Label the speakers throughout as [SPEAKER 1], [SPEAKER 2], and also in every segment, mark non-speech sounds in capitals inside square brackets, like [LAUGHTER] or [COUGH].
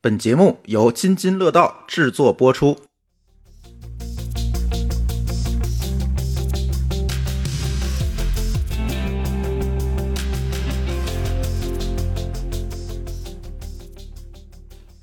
[SPEAKER 1] 本节目由津津乐道制作播出。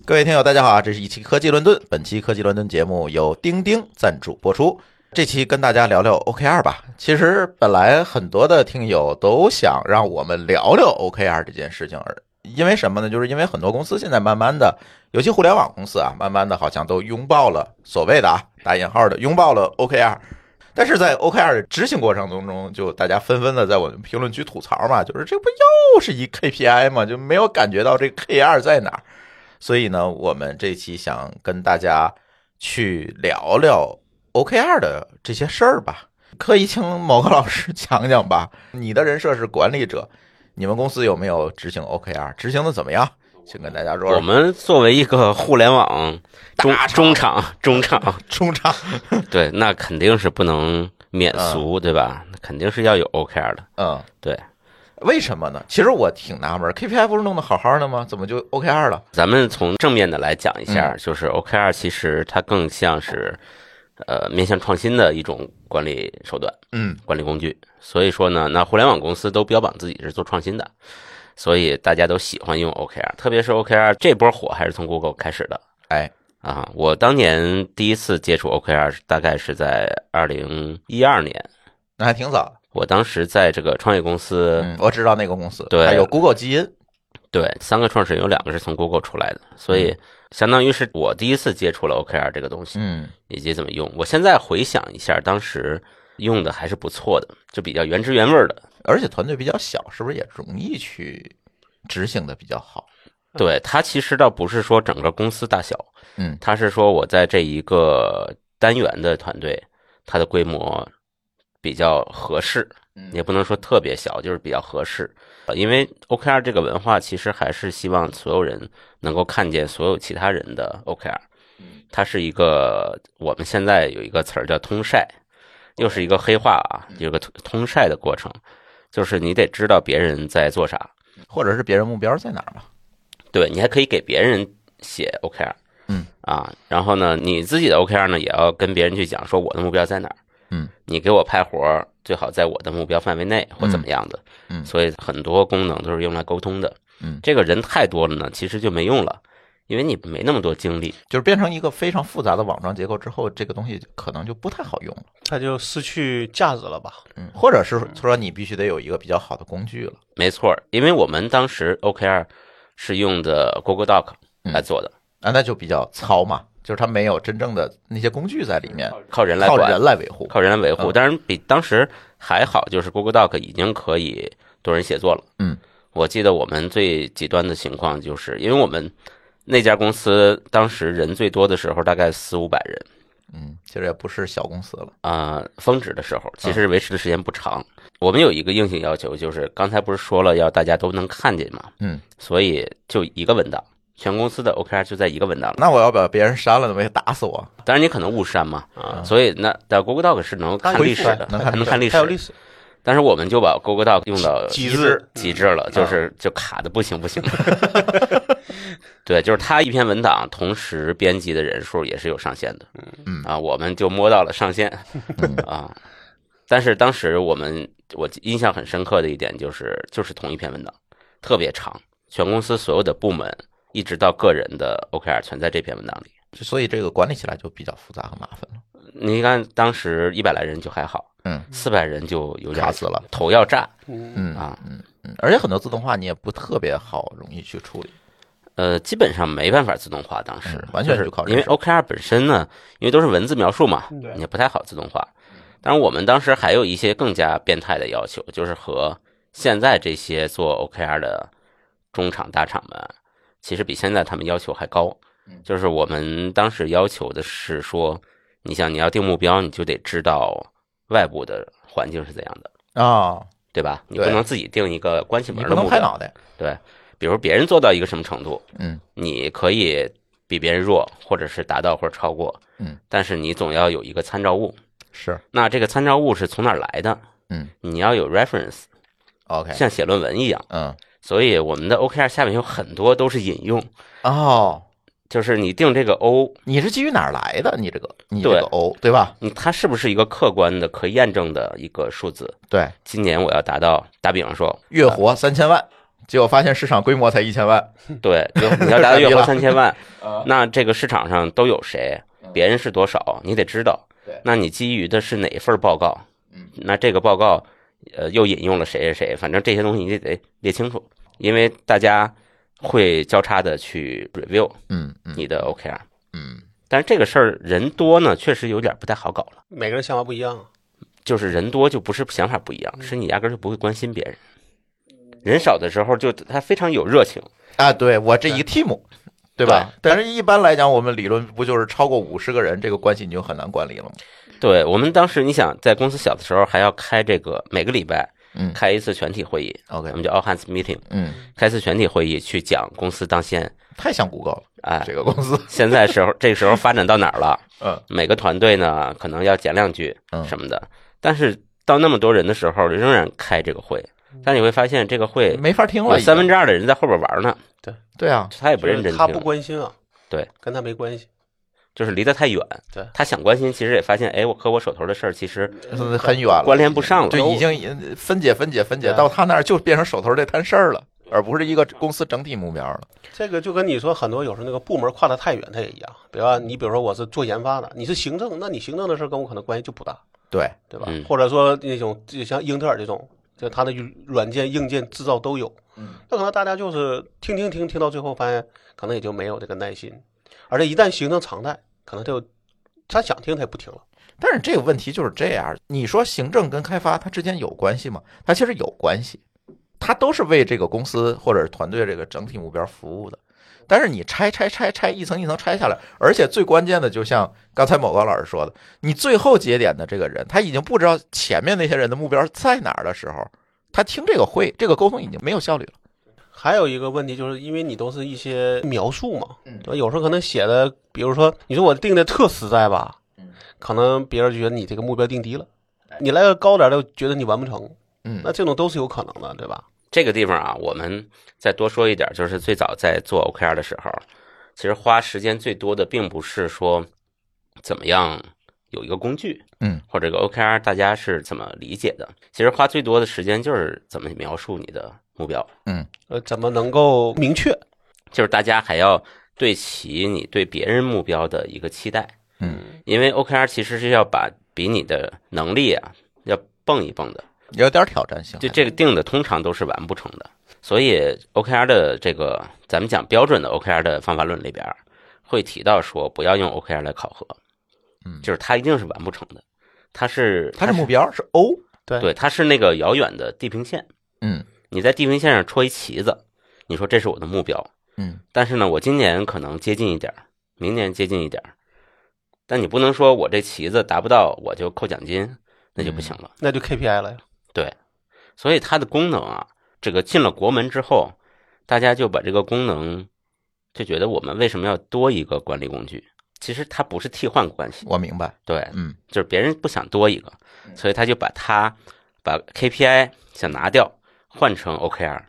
[SPEAKER 1] 各位听友，大家好啊！这是一期科技伦敦，本期科技伦敦节目由钉钉赞助播出。这期跟大家聊聊 OKR、吧。其实本来很多的听友都想让我们聊聊 OKR、这件事情，而因为什么呢？就是因为很多公司现在慢慢的，尤其互联网公司啊，慢慢的好像都拥抱了所谓的啊打引号的拥抱了 OKR、但是在 OKR 的执行过程当中，就大家纷纷的在我们评论区吐槽嘛，就是这不又是一 KPI 嘛，就没有感觉到这 KR 在哪儿。所以呢，我们这期想跟大家去聊聊 OKR 的这些事儿吧。可以请某个老师讲讲吧。你的人设是管理者，你们公司有没有执行 OKR？执行的怎么样？请跟大家说说。
[SPEAKER 2] 我们作为一个互联网中
[SPEAKER 1] 大厂
[SPEAKER 2] 中厂中厂，
[SPEAKER 1] [LAUGHS] 中场，
[SPEAKER 2] 对，那肯定是不能免俗，对吧？那肯定是要有 OKR 的。
[SPEAKER 1] 嗯，
[SPEAKER 2] 对，
[SPEAKER 1] 为什么呢？其实我挺纳闷儿，KPI 不是弄得好好的吗？怎么就 OKR 了？
[SPEAKER 2] 咱们从正面的来讲一
[SPEAKER 1] 嗯
[SPEAKER 2] 下，就是 OKR 其实它更像是呃面向创新的一种管理手段、
[SPEAKER 1] 嗯
[SPEAKER 2] 管理工具。所以说呢，那互联网公司都标榜自己是做创新的。所以大家都喜欢用 OKR，特别是 OKR 这波火还是从 Google 开始的。
[SPEAKER 1] 哎，
[SPEAKER 2] 啊，我当年第一次接触 OKR 大概是在二零一二年，
[SPEAKER 1] 那还挺早的。
[SPEAKER 2] 我当时在这个创业公司，
[SPEAKER 1] 嗯，我知道那个公司，
[SPEAKER 2] 对
[SPEAKER 1] 还有 Google 基因。
[SPEAKER 2] 对，三个创始人有两个是从 Google 出来的，所以相当于是我第一次接触了 OKR 这个东西，
[SPEAKER 1] 嗯
[SPEAKER 2] 以及怎么用。我现在回想一下，当时用的还是不错的，就比较原汁原味儿的。
[SPEAKER 1] 而且团队比较小，是不是也容易去执行的比较好？
[SPEAKER 2] 对，它其实倒不是说整个公司大小，
[SPEAKER 1] 嗯
[SPEAKER 2] 它是说我在这一个单元的团队，它的规模比较合适，也不能说特别小，就是比较合适。呃因为 OKR 这个文化其实还是希望所有人能够看见所有其他人的 OKR，它是一个我们现在有一个词儿叫通晒，又是一个黑话啊，有个通通晒的过程，就是你得知道别人在做啥，
[SPEAKER 1] 或者是别人目标在哪儿嘛？
[SPEAKER 2] 对你还可以给别人写 OKR，
[SPEAKER 1] 嗯
[SPEAKER 2] 啊，然后呢，你自己的 OKR 呢也要跟别人去讲说我的目标在哪儿，
[SPEAKER 1] 嗯，
[SPEAKER 2] 你给我派活儿最好在我的目标范围内或怎么样的，
[SPEAKER 1] 嗯嗯
[SPEAKER 2] 所以很多功能都是用来沟通的，
[SPEAKER 1] 嗯
[SPEAKER 2] 这个人太多了呢，其实就没用了，因为你没那么多精力，
[SPEAKER 1] 就是变成一个非常复杂的网状结构之后，这个东西可能就不太好用了。
[SPEAKER 3] 它就失去价值了吧？
[SPEAKER 1] 嗯，或者是说你必须得有一个比较好的工具了。
[SPEAKER 2] 没错儿，因为我们当时 OKR 是用的 Google Doc
[SPEAKER 1] 嗯
[SPEAKER 2] 来做的，
[SPEAKER 1] 啊，那就比较糙嘛，就是它没有真正的那些工具在里面，
[SPEAKER 2] 靠人来
[SPEAKER 1] 呃靠
[SPEAKER 2] 管，
[SPEAKER 1] 人来维护。
[SPEAKER 2] 靠人来维护。
[SPEAKER 1] 嗯
[SPEAKER 2] 当然比当时还好，就是 Google Doc 已经可以多人写作了。
[SPEAKER 1] 嗯，
[SPEAKER 2] 我记得我们最极端的情况就是，因为我们那家公司当时人最多的时候大概四五百人，
[SPEAKER 1] 嗯，其实也不是小公司了。
[SPEAKER 2] 啊，峰值的时候，其实维持的时间不长。我们有一个硬性要求，就是刚才不是说了要大家都能看见嘛，
[SPEAKER 1] 嗯，
[SPEAKER 2] 所以就一个文档，全公司的 OKR 就在一个文档里。
[SPEAKER 1] 那我要把别人删了，那不也打死我？
[SPEAKER 2] 当然你可能误删嘛，啊，所以那但 Google Doc 是能看
[SPEAKER 1] 恢复
[SPEAKER 2] 历史
[SPEAKER 1] 的
[SPEAKER 2] 的，
[SPEAKER 1] 能
[SPEAKER 2] 它
[SPEAKER 1] 看
[SPEAKER 2] 能看历
[SPEAKER 3] 还有
[SPEAKER 2] 史
[SPEAKER 3] 历。史，
[SPEAKER 2] 但是我们就把 Google Doc 用到
[SPEAKER 3] 极
[SPEAKER 2] 极
[SPEAKER 3] 致
[SPEAKER 2] 极
[SPEAKER 1] 嗯
[SPEAKER 2] 致了，
[SPEAKER 1] 啊
[SPEAKER 2] 就是就卡的不行不行的。
[SPEAKER 1] [LAUGHS]
[SPEAKER 2] 对，就是它一篇文档同时编辑的人数也是有上限的，
[SPEAKER 1] 嗯
[SPEAKER 2] 啊，我们就摸到了上限
[SPEAKER 1] 嗯
[SPEAKER 2] [LAUGHS] 啊。但是当时我们我印象很深刻的一点就是，就是同一篇文档特别长，全公司所有的部门一直到个人的 OKR 全在这篇文档里。
[SPEAKER 1] 所以这个管理起来就比较复杂和麻烦了。
[SPEAKER 2] 你看当时一百来人就还好，
[SPEAKER 1] 嗯，
[SPEAKER 2] 四百人就有点
[SPEAKER 1] 卡死了，
[SPEAKER 2] 头要炸
[SPEAKER 3] 嗯，
[SPEAKER 1] 嗯
[SPEAKER 2] 啊。
[SPEAKER 1] 嗯，而且很多自动化你也不特别好，容易去处理。
[SPEAKER 2] 呃，基本上没办法自动化，当时、
[SPEAKER 1] 嗯完全
[SPEAKER 2] 就是
[SPEAKER 1] 靠人
[SPEAKER 2] 因为
[SPEAKER 1] 手
[SPEAKER 2] OKR 本身呢，因为都是文字描述嘛，
[SPEAKER 3] 对
[SPEAKER 2] 也不太好自动化。当然，我们当时还有一些更加变态的要求，就是和现在这些做 OKR 的中厂大厂们，其实比现在他们要求还高。就是我们当时要求的是说，你想你要定目标，你就得知道外部的环境是怎样的，
[SPEAKER 1] 啊、
[SPEAKER 2] 对吧？你
[SPEAKER 1] 对
[SPEAKER 2] 不能自己定一个关起
[SPEAKER 1] 你
[SPEAKER 2] 门
[SPEAKER 1] 不
[SPEAKER 2] 的
[SPEAKER 1] 能
[SPEAKER 2] 目
[SPEAKER 1] 拍
[SPEAKER 2] 标，
[SPEAKER 1] 脑袋。
[SPEAKER 2] 对。比如别人做到一个什么程度，
[SPEAKER 1] 嗯
[SPEAKER 2] 你可以比别人弱，或者是达到或者超过，
[SPEAKER 1] 嗯，
[SPEAKER 2] 但是你总要有一个参照物。
[SPEAKER 1] 是，
[SPEAKER 2] 那这个参照物是从哪儿来的？
[SPEAKER 1] 嗯哎
[SPEAKER 2] 你要有 reference，
[SPEAKER 1] ，OK，
[SPEAKER 2] 像写论文一样。
[SPEAKER 1] 嗯，
[SPEAKER 2] 所以我们的 OKR 下面有很多都是引用，
[SPEAKER 1] 哦，
[SPEAKER 2] 就是你定这个 O，
[SPEAKER 1] 你是基于哪儿来的？你这个你这个
[SPEAKER 2] 对
[SPEAKER 1] O 对吧？
[SPEAKER 2] 你它是不是一个客观的、可验证的一个数字？
[SPEAKER 1] 对，
[SPEAKER 2] 今年我要达到，打比方说，
[SPEAKER 1] 月活三千万，结果发现市场规模才一千万， [LAUGHS]
[SPEAKER 2] 对，就你要达到
[SPEAKER 1] 傻逼
[SPEAKER 2] 月活
[SPEAKER 1] 了
[SPEAKER 2] 三
[SPEAKER 1] [LAUGHS]
[SPEAKER 2] 千万
[SPEAKER 1] 啊，
[SPEAKER 2] 那这个市场上都有谁？别人是多少？你得知
[SPEAKER 1] 嗯
[SPEAKER 2] 道
[SPEAKER 1] 对。
[SPEAKER 2] 那你基于的是哪份报告
[SPEAKER 1] 嗯？
[SPEAKER 2] 那这个报告，呃，又引用了谁谁谁？反正这些东西你得列清楚，因为大家会交叉的去 review
[SPEAKER 1] 嗯嗯
[SPEAKER 2] 你的 OKR。
[SPEAKER 1] 嗯，
[SPEAKER 2] 但是这个事儿人多呢，确实有点不太好搞了。
[SPEAKER 3] 每个人想法不一样，
[SPEAKER 2] 就是人多就不是想法不一
[SPEAKER 1] 嗯
[SPEAKER 2] 样，是你压根儿就不会关心别人。人少的时候就他非常有热情，
[SPEAKER 1] 啊，对我这一 team。对吧？但是一般来讲，我们理论不就是超过五十个人，这个关系你就很难管理了吗？
[SPEAKER 2] 对我们当时，你想在公司小的时候还要开这个每个礼拜
[SPEAKER 1] 嗯
[SPEAKER 2] 开一次全体会议，
[SPEAKER 1] ，OK，
[SPEAKER 2] 我们叫 all hands meeting，
[SPEAKER 1] 嗯，
[SPEAKER 2] 开一次全体会议去讲公司当前，
[SPEAKER 1] 太像谷歌了，
[SPEAKER 2] 哎，
[SPEAKER 1] 这个公司，
[SPEAKER 2] 现在时候这个时候发展到哪儿了？
[SPEAKER 1] 嗯
[SPEAKER 2] 每个团队呢可能要讲两句
[SPEAKER 1] 嗯
[SPEAKER 2] 什么的，但是到那么多人的时候，仍然开这个会，但你会发现这个会
[SPEAKER 3] 嗯
[SPEAKER 1] 没法听了
[SPEAKER 2] 有
[SPEAKER 1] 已经，
[SPEAKER 2] 三分之二的人在后边玩呢，
[SPEAKER 1] 对啊，
[SPEAKER 2] 他也不认
[SPEAKER 3] 就
[SPEAKER 2] 真
[SPEAKER 3] 是他不
[SPEAKER 2] 听，
[SPEAKER 3] 关心啊，
[SPEAKER 2] 对，
[SPEAKER 3] 跟他没关系，
[SPEAKER 2] 就是离得太远
[SPEAKER 3] 对。
[SPEAKER 2] 他想关心，其实也发现，哎，我和我手头的事儿其实
[SPEAKER 1] 嗯很远了，
[SPEAKER 2] 关联不上了。嗯
[SPEAKER 1] 就已经分解、分解、分解，
[SPEAKER 3] 对啊
[SPEAKER 1] 到他那儿就变成手头这摊事儿了，而不是一个公司整体目标了。
[SPEAKER 3] 这个就跟你说，很多有时候那个部门跨得太远，它也一样。比方你比如说我是做研发的，你是行政，那你行政的事儿跟我可能关系就不大，
[SPEAKER 1] 对，
[SPEAKER 3] 对吧？
[SPEAKER 2] 嗯
[SPEAKER 3] 或者说那种就像英特尔这种，就它的软件、硬件制造都有，
[SPEAKER 1] 嗯，
[SPEAKER 3] 那可能大家就是听听听听到最后，发现可能也就没有这个耐心，而且一旦形成常态，可能就他想听他也不听了。
[SPEAKER 1] 但是这个问题就是这样，你说行政跟开发它之间有关系吗？它其实有关系，它都是为这个公司或者是团队这个整体目标服务的。但是你拆拆拆拆一层一层拆下来，而且最关键的，就像刚才某高老师说的，你最后节点的这个人，他已经不知道前面那些人的目标在哪儿的时候，他听这个会，这个沟通已经没有效率了。
[SPEAKER 3] 还有一个问题就是因为你都是一些描述嘛，
[SPEAKER 1] 嗯
[SPEAKER 3] 对吧？有时候可能写的，比如说你说我定的特实在吧
[SPEAKER 1] 嗯，哎
[SPEAKER 3] 可能别人觉得你这个目标定低了，你来个高点儿的，觉得你完不成，
[SPEAKER 1] 嗯
[SPEAKER 3] 那这种都是有可能的，对吧？
[SPEAKER 2] 这个地方啊，我们再多说一点，就是最早在做 OKR 的时候，其实花时间最多的并不是说怎么样有一个工具，
[SPEAKER 1] 嗯，
[SPEAKER 2] 或者这个 OKR 大家是怎么理解的。其实花最多的时间就是怎么描述你的目标，
[SPEAKER 3] 呃，怎么能够明确？
[SPEAKER 2] 就是大家还要对齐你对别人目标的一个期待，
[SPEAKER 1] 嗯，
[SPEAKER 2] 因为 OKR 其实是要把比你的能力啊要蹦一蹦的。
[SPEAKER 1] 有点挑战性。
[SPEAKER 2] 就这个定的通常都是完不成的。所以 OKR 的这个，咱们讲标准的 OKR 的方法论里边儿会提到说，不要用 OKR 来考核，
[SPEAKER 1] 嗯
[SPEAKER 2] 就是它一定是完不成的，它是
[SPEAKER 1] 它的目标是 O，
[SPEAKER 2] 对，它是那个遥远的地平线，
[SPEAKER 1] 嗯
[SPEAKER 2] 你在地平线上戳一旗子，你说这是我的目标，
[SPEAKER 1] 嗯
[SPEAKER 2] 但是呢，我今年可能接近一点儿，明年接近一点儿，但你不能说我这旗子达不到我就扣奖金，那
[SPEAKER 1] 嗯
[SPEAKER 2] 就不行了。
[SPEAKER 3] 那就 KPI 了呀。
[SPEAKER 2] 所以它的功能啊，这个进了国门之后，大家就把这个功能就觉得我们为什么要多一个管理工具？其实它不是替换关系，
[SPEAKER 1] 我明白，
[SPEAKER 2] 对，
[SPEAKER 1] 嗯
[SPEAKER 2] 就是别人不想多一个，所以他就把它把 KPI 想拿掉，换成 OKR。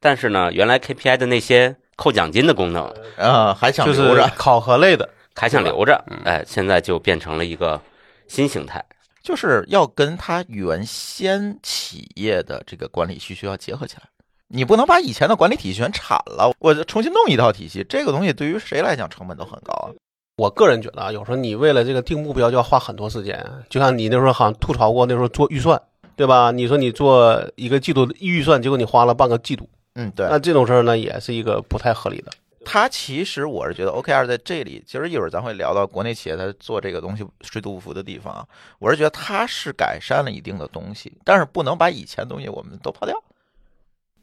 [SPEAKER 2] 但是呢，原来 KPI 的那些扣奖金的功能
[SPEAKER 1] 啊，还想
[SPEAKER 3] 就
[SPEAKER 1] 留
[SPEAKER 3] 是
[SPEAKER 1] 着，
[SPEAKER 3] 考核类的，
[SPEAKER 2] 还想留着，哎，现在就变成了一个新形态。
[SPEAKER 1] 就是要跟他原先企业的这个管理需求要结合起来。你不能把以前的管理体系全铲了，我重新弄一套体系，这个东西对于谁来讲成本都很高啊。
[SPEAKER 3] 我个人觉得啊，有时候你为了这个定目标就要花很多时间，就像你那时候好像吐槽过，那时候做预算，对吧？你说你做一个季度的预算，结果你花了半个季度，
[SPEAKER 1] 嗯，对，
[SPEAKER 3] 那这种事儿呢，也是一个不太合理的。
[SPEAKER 1] 它其实我是觉得 OKR 在这里，其实一会儿咱会聊到国内企业它做这个东西水土不服的地方啊。我是觉得它是改善了一定的东西，但是不能把以前东西我们都抛掉。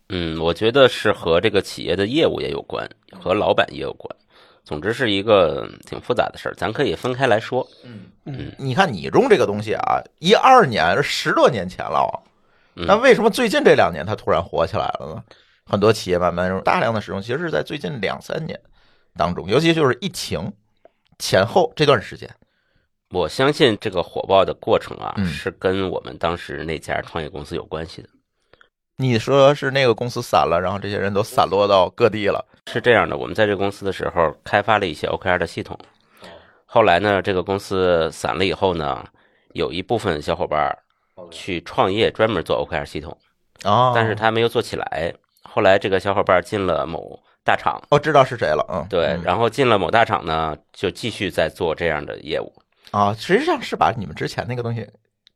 [SPEAKER 2] 嗯，我觉得是和这个企业的业务也有关，和老板也有关。总之是一个挺复杂的事儿，咱可以分开来说。
[SPEAKER 1] 你看你用这个东西啊，一二年十多年前了啊，
[SPEAKER 2] 嗯
[SPEAKER 1] 那为什么最近这两年它突然火起来了呢？很多企业慢慢用大量的使用，其实是在最近两三年当中，尤其就是疫情前后这段时间。
[SPEAKER 2] 我相信这个火爆的过程啊，
[SPEAKER 1] 嗯
[SPEAKER 2] 是跟我们当时那家创业公司有关系的。
[SPEAKER 1] 你说是那个公司散了，然后这些人都散落到各地了。
[SPEAKER 2] 是这样的，我们在这个公司的时候开发了一些 OKR 的系统，后来呢，这个公司散了以后呢，有一部分小伙伴儿去创业，专门做 OKR 系统，
[SPEAKER 1] 哦，
[SPEAKER 2] 但是他没有做起来。后来这个小伙伴儿进了某大厂，
[SPEAKER 1] 我知道是谁了，嗯，
[SPEAKER 2] 对，
[SPEAKER 1] 嗯
[SPEAKER 2] 然后进了某大厂呢，就继续在做这样的业务。
[SPEAKER 1] 啊，实际上是把你们之前那个东西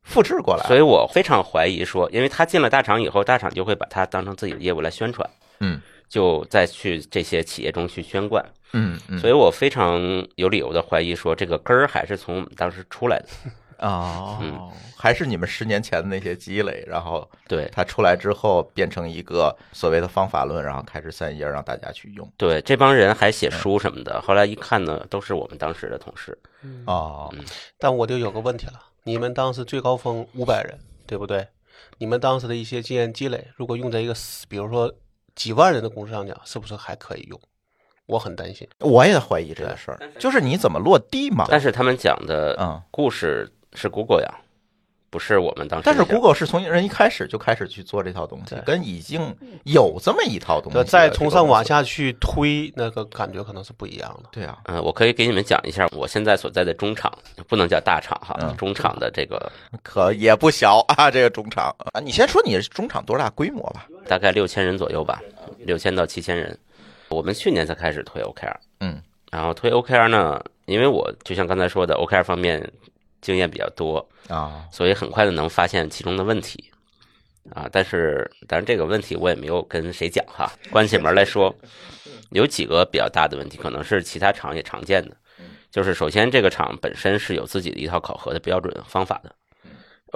[SPEAKER 1] 复制过来
[SPEAKER 2] 所，以我非常怀疑说，因为他进了大厂以后，大厂就会把他当成自己的业务来宣传，
[SPEAKER 1] 嗯，
[SPEAKER 2] 就再去这些企业中去宣贯。
[SPEAKER 1] 嗯嗯，
[SPEAKER 2] 所以我非常有理由的怀疑说，这个根儿还是从我们当时出来的。
[SPEAKER 1] 哦
[SPEAKER 2] 嗯，
[SPEAKER 1] 还是你们十年前的那些积累，然后
[SPEAKER 2] 对
[SPEAKER 1] 它出来之后变成一个所谓的方法论，然后开始散叶让大家去用。
[SPEAKER 2] 对，这帮人还写书什么
[SPEAKER 1] 嗯
[SPEAKER 2] 的，后来一看呢，都是我们当时的同事。
[SPEAKER 3] 嗯
[SPEAKER 1] 哦，
[SPEAKER 3] 但我就有个问题了，你们当时最高峰五百人，对不对？你们当时的一些经验积累，如果用在一个死比如说几万人的公司上讲，是不是还可以用？我很担心。
[SPEAKER 1] 我也怀疑这个事儿，就是你怎么落地嘛？
[SPEAKER 2] 但是他们讲的
[SPEAKER 1] 嗯，
[SPEAKER 2] 故事是 Google 呀，不是我们当时
[SPEAKER 1] 但
[SPEAKER 2] 想。
[SPEAKER 1] 是 Google 是从人一开始就开始去做这套东西
[SPEAKER 3] 对，
[SPEAKER 1] 跟已经有这么一套东西
[SPEAKER 3] 对，
[SPEAKER 1] 了，
[SPEAKER 3] 再从上往
[SPEAKER 1] 这个公司，
[SPEAKER 3] 下去推，那个感觉可能是不一样的。
[SPEAKER 1] 对啊，
[SPEAKER 2] 嗯，我可以给你们讲一下我现在所在的中厂，不能叫大厂哈，
[SPEAKER 1] 嗯
[SPEAKER 2] 中厂的这个
[SPEAKER 1] 可也不小啊，这个中场啊，你先说你是中场多大规模吧？
[SPEAKER 2] 大概六千人左右吧，六千到七千人。我们去年才开始推 OKR，
[SPEAKER 1] 嗯，
[SPEAKER 2] 然后推 OKR 呢，因为我就像刚才说的，OKR 方面经验比较多，
[SPEAKER 1] 啊，
[SPEAKER 2] 所以很快的能发现其中的问题啊。但是，当然这个问题我也没有跟谁讲哈，关起门来说，有几个比较大的问题，可能是其他厂也常见的，就是首先这个厂本身是有自己的一套考核的标准方法的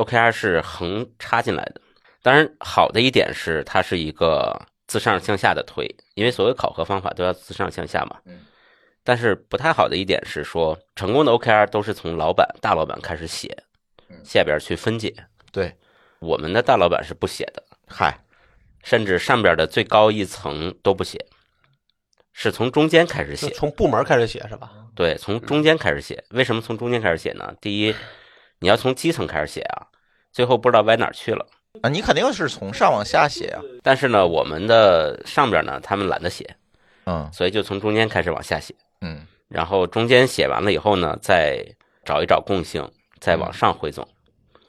[SPEAKER 2] ，OKR 是横插进来的。当然，好的一点是它是一个自上向下的推，因为所有考核方法都要自上向下嘛。但是不太好的一点是说，成功的 OKR 都是从老板、大老板开始写，下边去分解。
[SPEAKER 1] 对，
[SPEAKER 2] 我们的大老板是不写的，
[SPEAKER 1] 嗨，
[SPEAKER 2] 甚至上边的最高一层都不写，是从中间开始
[SPEAKER 3] 就
[SPEAKER 2] 写。
[SPEAKER 3] 从部门开始写是吧？
[SPEAKER 2] 对，从中间开始写。为什么从中间开始写呢？第一，你要从基层开始写啊，最后不知道歪哪儿去了。
[SPEAKER 1] 啊，你肯定是从上往下写啊，
[SPEAKER 2] 但是呢，我们的上边呢，他们懒得写，
[SPEAKER 1] 嗯
[SPEAKER 2] 所以就从中间开始往下写。
[SPEAKER 1] 嗯
[SPEAKER 2] 然后中间写完了以后呢，再找一找共性，再往上汇总。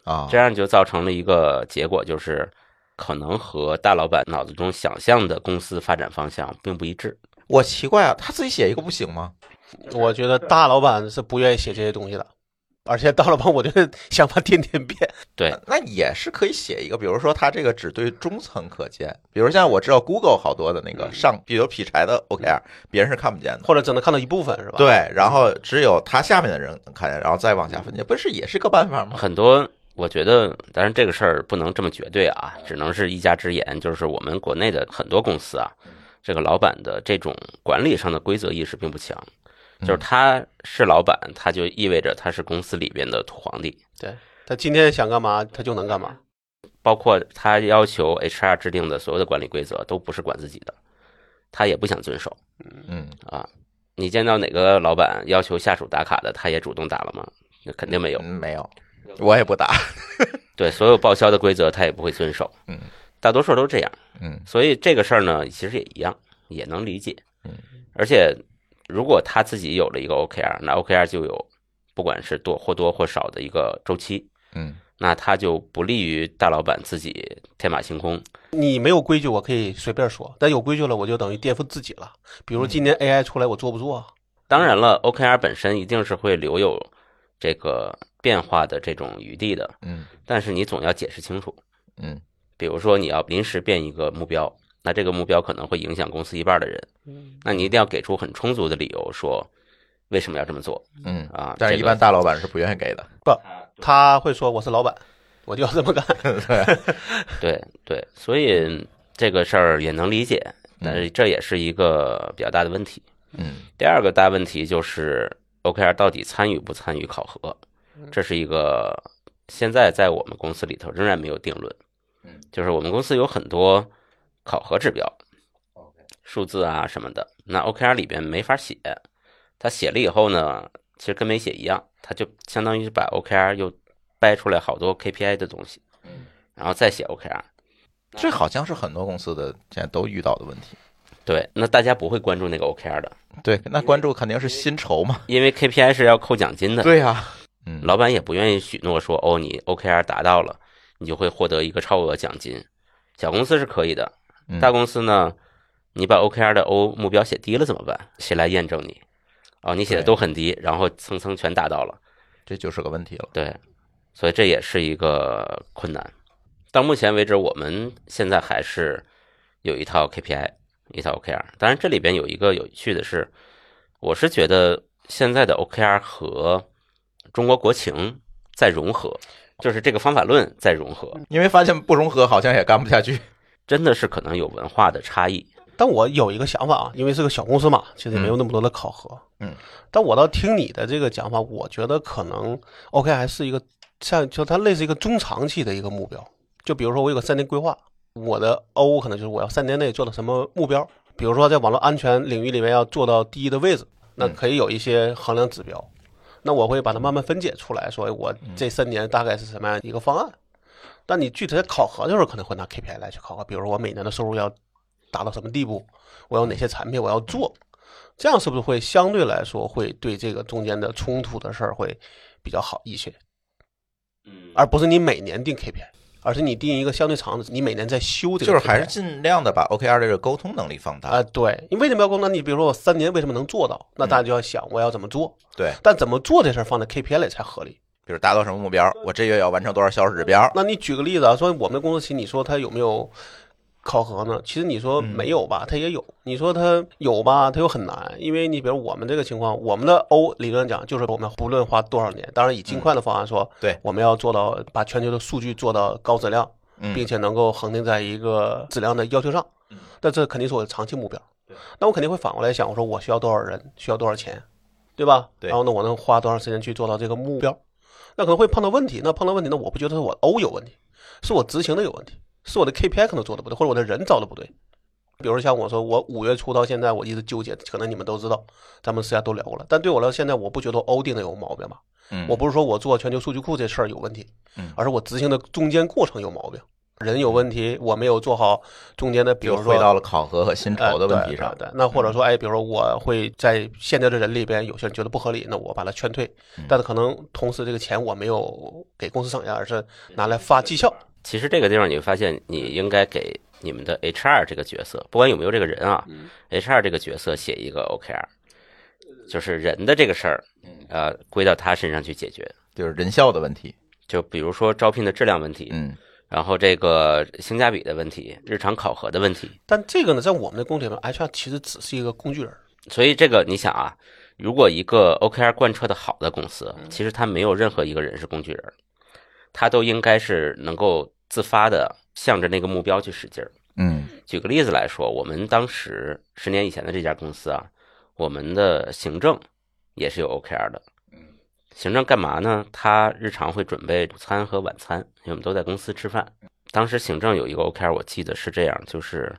[SPEAKER 1] 啊，
[SPEAKER 2] 这样就造成了一个结果，就是可能和大老板脑子中想象的公司发展方向并不一致。
[SPEAKER 1] 我奇怪啊，他自己写一个不行吗？
[SPEAKER 3] 我觉得大老板是不愿意写这些东西的，而且大老板我觉得 [LAUGHS] 想法天天变。
[SPEAKER 2] 对，
[SPEAKER 1] 那也是可以写一个，比如说它这个只对中层可见，比如现在我知道 Google 好多的那
[SPEAKER 2] 嗯
[SPEAKER 1] 个上，比如劈柴的 OKR，别人是看不见的。
[SPEAKER 3] 或者只能看到一部分是吧？，
[SPEAKER 1] 对，然后只有他下面的人能看见，然后再往下分解，不是也是个办法吗？
[SPEAKER 2] 很多我觉得，当然这个事儿不能这么绝对啊，只能是一家之言。就是我们国内的很多公司啊，这个老板的这种管理上的规则意识并不强，就是他是老板，他就意味着他是公司里边的土皇帝。
[SPEAKER 3] 他今天想干嘛他就能干嘛。
[SPEAKER 2] 包括他要求 HR 制定的所有的管理规则都不是管自己的，他也不想遵守。
[SPEAKER 1] 嗯，
[SPEAKER 2] 啊，你见到哪个老板要求下属打卡的，他也主动打了吗？那肯定没有
[SPEAKER 1] 嗯。没有，我也不
[SPEAKER 2] [LAUGHS]
[SPEAKER 1] 打。
[SPEAKER 2] 对，所有报销的规则他也不会遵守。
[SPEAKER 1] 嗯，
[SPEAKER 2] 大多数都这样。
[SPEAKER 1] 嗯
[SPEAKER 2] 所以这个事儿呢，其实也一样，也能理解。
[SPEAKER 1] 嗯，
[SPEAKER 2] 而且如果他自己有了一个 OKR，那 OKR 就有不管是多或多或少的一个周期，
[SPEAKER 1] 嗯，
[SPEAKER 2] 那他就不利于大老板自己天马行空。
[SPEAKER 3] 你没有规矩，我可以随便说；但有规矩了，我就等于颠覆自己了。比如今年 AI 出来，我做不做啊？
[SPEAKER 2] 当然了，OKR 本身一定是会留有这个变化的这种余地的。
[SPEAKER 1] 嗯
[SPEAKER 2] 但是你总要解释清楚。
[SPEAKER 1] 嗯，
[SPEAKER 2] 比如说你要临时变一个目标，那这个目标可能会影响公司一半的人，那你一定要给出很充足的理由，说为什么要这么做
[SPEAKER 1] 嗯，
[SPEAKER 2] 啊？
[SPEAKER 1] 但是
[SPEAKER 2] 这
[SPEAKER 1] 一
[SPEAKER 2] 个
[SPEAKER 1] 般大老板是不愿意给的。
[SPEAKER 3] 他会说我是老板，我就要这么干。
[SPEAKER 2] 对对，所以这个事儿也能理解，但是这也是一个比较大的问题。
[SPEAKER 1] 嗯
[SPEAKER 2] 第二个大问题就是 OKR 到底参与不参与考核，这是一个现在在我们公司里头仍然没有定论。就是我们公司有很多考核指标，数字啊什么的，那 OKR 里边没法写，他写了以后呢，其实跟没写一样，他就相当于把 OKR 又掰出来好多 KPI 的东西，然后再写 OKR。
[SPEAKER 1] 这好像是很多公司的现在都遇到的问题。
[SPEAKER 2] 对，那大家不会关注那个 OKR 的，
[SPEAKER 1] 对，那关注肯定是薪酬嘛。
[SPEAKER 2] 因为 KPI 是要扣奖金的，
[SPEAKER 1] 对呀、嗯，
[SPEAKER 2] 老板也不愿意许诺说哦，你 OKR 达到了，你就会获得一个超额奖金。小公司是可以的，
[SPEAKER 1] 嗯
[SPEAKER 2] 大公司呢，你把 OKR 的 O 目标写低了怎么办？谁来验证你？哦，你写的
[SPEAKER 1] 对
[SPEAKER 2] 都很低，然后蹭蹭全达到了。
[SPEAKER 1] 这就是个问题了。
[SPEAKER 2] 对，所以这也是一个困难。到目前为止，我们现在还是有一套 KPI，一套 OKR。当然，这里边有一个有趣的是，我是觉得现在的 OKR 和中国国情在融合，就是这个方法论在融合，
[SPEAKER 1] 因为发现不融合，好像也干不下去。
[SPEAKER 2] 真的是可能有文化的差异。
[SPEAKER 3] 但我有一个想法啊，因为是个小公司嘛，其实也没有那么多的考核。
[SPEAKER 1] 嗯，
[SPEAKER 3] 但我倒听你的这个讲法，我觉得可能 OK 还是一个像就它类似一个中长期的一个目标。就比如说我有个三年规划，我的 O 可能就是我要三年内做到什么目标，比如说在网络安全领域里面要做到第一的位置，那可以有一些衡量指标。那我会把它慢慢分解出来，说哎我这三年大概是什么样一个方案。但你具体在考核的时候，可能会拿 KPI 来去考核，比如说我每年的收入要达到什么地步，我有哪些产品我要做，这样是不是会相对来说会对这个中间的冲突的事儿会比较好一些？
[SPEAKER 2] 嗯
[SPEAKER 3] 而不是你每年定 KPI，而是你定一个相对长的，你每年在修这
[SPEAKER 1] 就
[SPEAKER 3] 个 KPI。
[SPEAKER 1] 是还是尽量的把 OKR 这个沟通能力放
[SPEAKER 3] 啊、
[SPEAKER 1] 大。
[SPEAKER 3] 对，你为什么要工作？你比如说我三年为什么能做到？那大家就要想我要怎么做，
[SPEAKER 1] 对，
[SPEAKER 3] 但怎么做这事儿放在 KPI 里才合理。
[SPEAKER 1] 比如达到什么目标，我这月要完成多少销售指标，
[SPEAKER 3] 那你举个例子啊，说我们公司其实你说它有没有考核呢？其实你说没有吧，它也有；你说它有吧，它又很难，因为你比如我们这个情况，我们的 O 理论讲就是我们不论花多少年，当然以尽快的方案说，
[SPEAKER 1] 对
[SPEAKER 3] 我们要做到把全球的数据做到高质量，
[SPEAKER 1] 嗯
[SPEAKER 3] 并且能够恒定在一个质量的要求上，那这肯定是我的长期目标。那我肯定会反过来想，我说我需要多少人，需要多少钱，对吧？
[SPEAKER 1] 对
[SPEAKER 3] 然后呢，我能花多长时间去做到这个目标？那可能会碰到问题，那碰到问题，那我不觉得是我 O 有问题，是我执行的有问题，是我的 KPI 可能做的不对，或者我的人招的不对。比如像我说，我五月初到现在，我一直纠结，可能你们都知道，咱们私下都聊过了。但对我来说，现在我不觉得 O 定的有毛病吧？
[SPEAKER 1] 嗯
[SPEAKER 3] 我不是说我做全球数据库这事儿有问题
[SPEAKER 1] 嗯，
[SPEAKER 3] 而是我执行的中间过程有毛病，人有问题，我没有做好中间的，比
[SPEAKER 1] 就
[SPEAKER 3] 如说
[SPEAKER 1] 回到了考核和薪
[SPEAKER 3] 呃
[SPEAKER 1] 酬的问题上。嗯
[SPEAKER 3] 对对对那或者说，哎，比如说我会在现在的人里边，有些人觉得不合理，那我把他劝退，
[SPEAKER 1] 嗯
[SPEAKER 3] 但是可能同时这个钱我没有给公司上下，而是拿来发绩效。
[SPEAKER 2] 其实这个地方你会发现，你应该给你们的 HR 这个角色，不管有没有这个人啊、h r 这个角色写一个 OKR，就是人的这个事儿，呃，归到他身上去解决。
[SPEAKER 1] 就是人效的问题。
[SPEAKER 2] 就比如说招聘的质量问题，
[SPEAKER 1] 嗯，
[SPEAKER 2] 然后这个性价比的问题，日常考核的问题。
[SPEAKER 3] 但这个呢，在我们的工作里面，HR 其实只是一个工具人。
[SPEAKER 2] 所以这个你想啊，如果一个 OKR 贯彻的好的公司，其实他没有任何一个人是工具人儿，他都应该是能够自发的向着那个目标去使劲儿。
[SPEAKER 1] 嗯，
[SPEAKER 2] 举个例子来说，我们当时十年以前的这家公司啊，我们的行政也是有 OKR 的。行政干嘛呢？他日常会准备午餐和晚餐，因为我们都在公司吃饭。当时行政有一个 OKR，我记得是这样，就是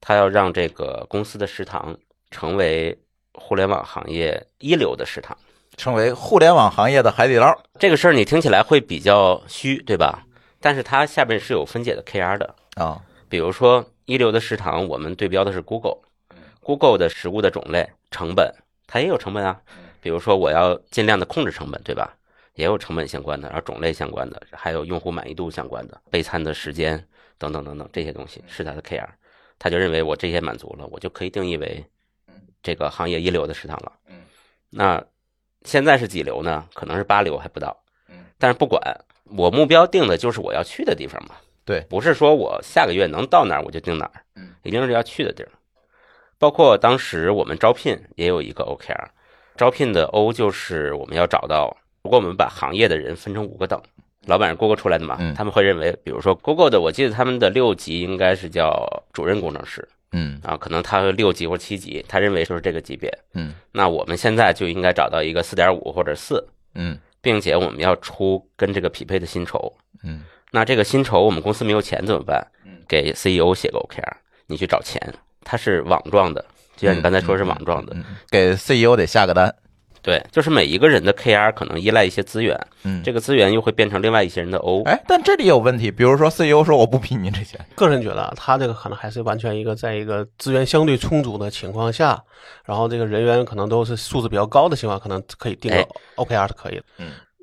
[SPEAKER 2] 他要让这个公司的食堂成为互联网行业一流的食堂。
[SPEAKER 1] 成为互联网行业的海底捞。
[SPEAKER 2] 这个事儿你听起来会比较虚，对吧？但是它下边是有分解的 KR 的，
[SPEAKER 1] 啊，
[SPEAKER 2] 比如说一流的食堂，我们对标的是 Google，Google
[SPEAKER 1] 嗯
[SPEAKER 2] 的食物的种类、成本，它也有成本啊。
[SPEAKER 1] 嗯
[SPEAKER 2] 比如说我要尽量的控制成本，对吧？也有成本相关的，然后种类相关的，还有用户满意度相关的，备餐的时间等等等等这些东
[SPEAKER 1] 嗯
[SPEAKER 2] 西是它的 KR，他就认为我这些满足了，我就可以定义为这个行业一流的食堂了。
[SPEAKER 1] 嗯，
[SPEAKER 2] 那现在是几流呢？可能是八流还不到
[SPEAKER 1] 嗯。
[SPEAKER 2] 但是不管，我目标定的就是我要去的地方嘛。
[SPEAKER 1] 对，
[SPEAKER 2] 不是说我下个月能到哪儿我就定哪儿，
[SPEAKER 1] 嗯，
[SPEAKER 2] 一定是要去的地儿。包括当时我们招聘也有一个 OKR，招聘的 O 就是我们要找到，如果我们把行业的人分成五个等，老板是 Google 出来的嘛，
[SPEAKER 1] 嗯
[SPEAKER 2] 他们会认为，比如说 Google 的，我记得他们的六级应该是叫主任工程师
[SPEAKER 1] 嗯
[SPEAKER 2] 啊，可能他会六级或七级，他认为就是这个级别。
[SPEAKER 1] 嗯
[SPEAKER 2] 那我们现在就应该找到一个四点五或者四，
[SPEAKER 1] 嗯
[SPEAKER 2] 并且我们要出跟这个匹配的薪酬，
[SPEAKER 1] 嗯
[SPEAKER 2] 那这个薪酬我们公司没有钱怎么办
[SPEAKER 1] 嗯？
[SPEAKER 2] 给 CEO 写个 OKR，你去
[SPEAKER 1] 嗯
[SPEAKER 2] 找钱，它是网状的，就像你刚才说是网状的，
[SPEAKER 1] 嗯，给 CEO E 得下个单。
[SPEAKER 2] 对，就是每一个人的 KR 可能依赖一些资源，
[SPEAKER 1] 嗯，
[SPEAKER 2] 这个资源又会变成另外一些人的 O。
[SPEAKER 1] 哎，但这里有问题，比如说 CEO 说我不比你这些，
[SPEAKER 3] 个人觉得啊，他这个可能还是完全一个在一个资源相对充足的情况下，然后这个人员可能都是素质比较高的情况，可能可以定个
[SPEAKER 2] 哎
[SPEAKER 3] OKR 是可以的。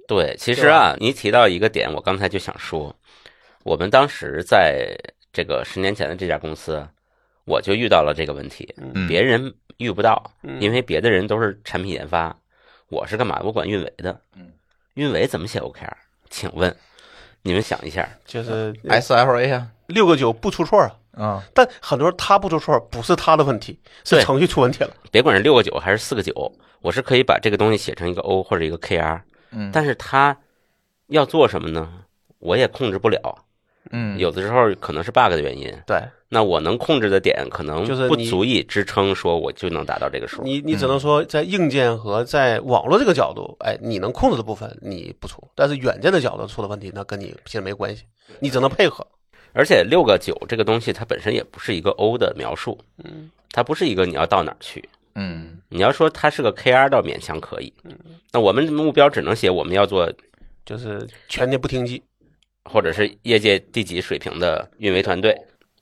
[SPEAKER 2] 对，其实啊，你提到一个点，我刚才就想说，我们当时在这个十年前的这家公司，我就遇到了这个问题，
[SPEAKER 1] 嗯，
[SPEAKER 2] 别人遇不到，
[SPEAKER 3] 嗯
[SPEAKER 2] 因为别的人都是产品研发，我是干嘛？我管运维的
[SPEAKER 1] 嗯，
[SPEAKER 2] 运维怎么写 OKR？请问你们想一下，
[SPEAKER 3] 就是
[SPEAKER 1] SFA 啊，
[SPEAKER 3] 六个九不出错啊，
[SPEAKER 1] 嗯，
[SPEAKER 3] 但很多人他不出错不是他的问题，是
[SPEAKER 2] 对
[SPEAKER 3] 程序出问题了。
[SPEAKER 2] 别管是六个九还是四个九，我是可以把这个东西写成一个 O 或者一个 KR，
[SPEAKER 1] 嗯
[SPEAKER 2] 但是他要做什么呢？我也控制不了，
[SPEAKER 1] 嗯
[SPEAKER 2] 有的时候可能是 bug 的原因，
[SPEAKER 3] 对
[SPEAKER 2] 那我能控制的点可能
[SPEAKER 3] 就是
[SPEAKER 2] 不
[SPEAKER 3] 你
[SPEAKER 2] 足以支撑说我就能达到这个数。
[SPEAKER 3] 你，你只能说在硬件和在网络这个角度，哎，你能控制的部分你不出，但是软件的角度出了问题，那跟你其实没关系，你只能配合。
[SPEAKER 2] 而且六个九这个东西它本身也不是一个 O 的描述，
[SPEAKER 3] 嗯，
[SPEAKER 2] 它不是一个你要到哪儿去。
[SPEAKER 1] 嗯
[SPEAKER 2] 你要说它是个 KR 倒勉强可以，那我们的目标只能写我们要做
[SPEAKER 3] 就是全年不停机，
[SPEAKER 2] 或者是业界第几水平的运维团队，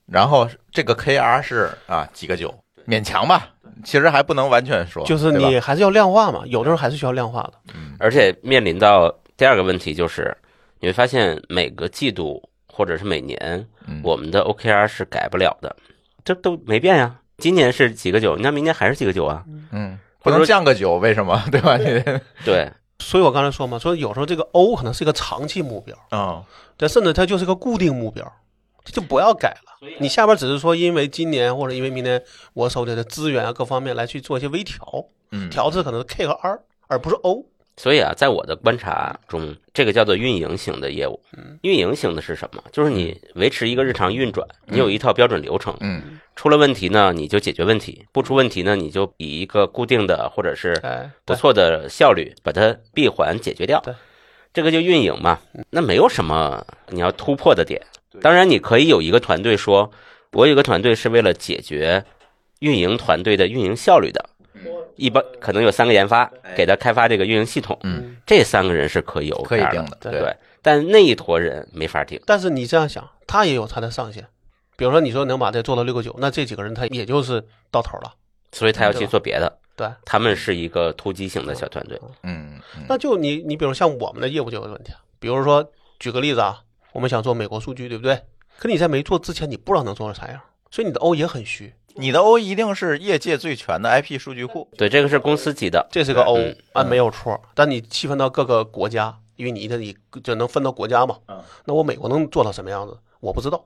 [SPEAKER 1] 然后这个 KR 是啊几个九，勉强吧，其实还不能完全说，
[SPEAKER 3] 就是
[SPEAKER 1] 哦对吧
[SPEAKER 3] 你还是要量化嘛，有的时候还是需要量化的。
[SPEAKER 2] 而且面临到第二个问题就是，你会发现每个季度或者是每年
[SPEAKER 1] 嗯，
[SPEAKER 2] 我们的 OKR 是改不了的，这都没变呀。今年是几个九，那明年还是几个九啊？
[SPEAKER 1] 嗯不能降个九，为什么？ [LAUGHS] 对吧？
[SPEAKER 2] 嗯
[SPEAKER 1] 你
[SPEAKER 2] 对，
[SPEAKER 3] 所以我刚才说嘛，说有时候这个 O 可能是一个长期目标，
[SPEAKER 1] 嗯
[SPEAKER 3] 但甚至它就是个固定目标，这就不要改了。你下边只是说，因为今年或者因为明年我手里的资源啊各方面来去做一些微调，
[SPEAKER 1] 嗯
[SPEAKER 3] 调制可能是 K 和 R，而不是 O。
[SPEAKER 2] 所以啊，在我的观察中，这个叫做运营型的业务。
[SPEAKER 1] 嗯
[SPEAKER 2] 运营型的是什么？就是你维持一个日常运转，你有一套标准流程，
[SPEAKER 1] 嗯
[SPEAKER 2] 出了问题呢，你就解决问题；不出问题呢，你就以一个固定的或者是
[SPEAKER 1] 啊
[SPEAKER 3] 哎，
[SPEAKER 2] 不错的效率，把它闭环解决掉
[SPEAKER 3] 对。
[SPEAKER 2] 这个就运营嘛，
[SPEAKER 1] 嗯
[SPEAKER 2] 那没有什么你要突破的点。当然，你可以有一个团队说，我有一个团队是为了解决运营团队的运营效率的。
[SPEAKER 1] 嗯
[SPEAKER 2] 一般可能有三个研发，给他开发这个运营系统，
[SPEAKER 1] 哎嗯
[SPEAKER 2] 这三个人是可以有
[SPEAKER 1] 可以
[SPEAKER 2] OKR
[SPEAKER 1] 定的，
[SPEAKER 3] 对
[SPEAKER 1] 对，
[SPEAKER 2] 对。但那一坨人没法定，
[SPEAKER 3] 但是你这样想，它也有它的上限。比如说，你说能把这做到六个九，那这几个人他也就是到头了。
[SPEAKER 2] 所以他要去
[SPEAKER 3] 对吧
[SPEAKER 2] 做别的。
[SPEAKER 3] 对，
[SPEAKER 2] 他们是一个突击型的小团队，
[SPEAKER 1] 嗯嗯
[SPEAKER 3] 那就你你比如像我们的业务就有问题啊，比如说举个例子啊，我们想做美国数据，对不对？可你在没做之前，你不知道能做成啥样，所以你的 O 也很虚，
[SPEAKER 1] 你的 O 一定是业界最全的 IP 数据库，
[SPEAKER 2] 对，这个是公司级的，
[SPEAKER 3] 这是个 O
[SPEAKER 2] 嗯
[SPEAKER 3] 啊，没有错。但你细分到各个国家，因为你的你就能分到国家嘛
[SPEAKER 1] 嗯。
[SPEAKER 3] 那我美国能做到什么样子，我不知道，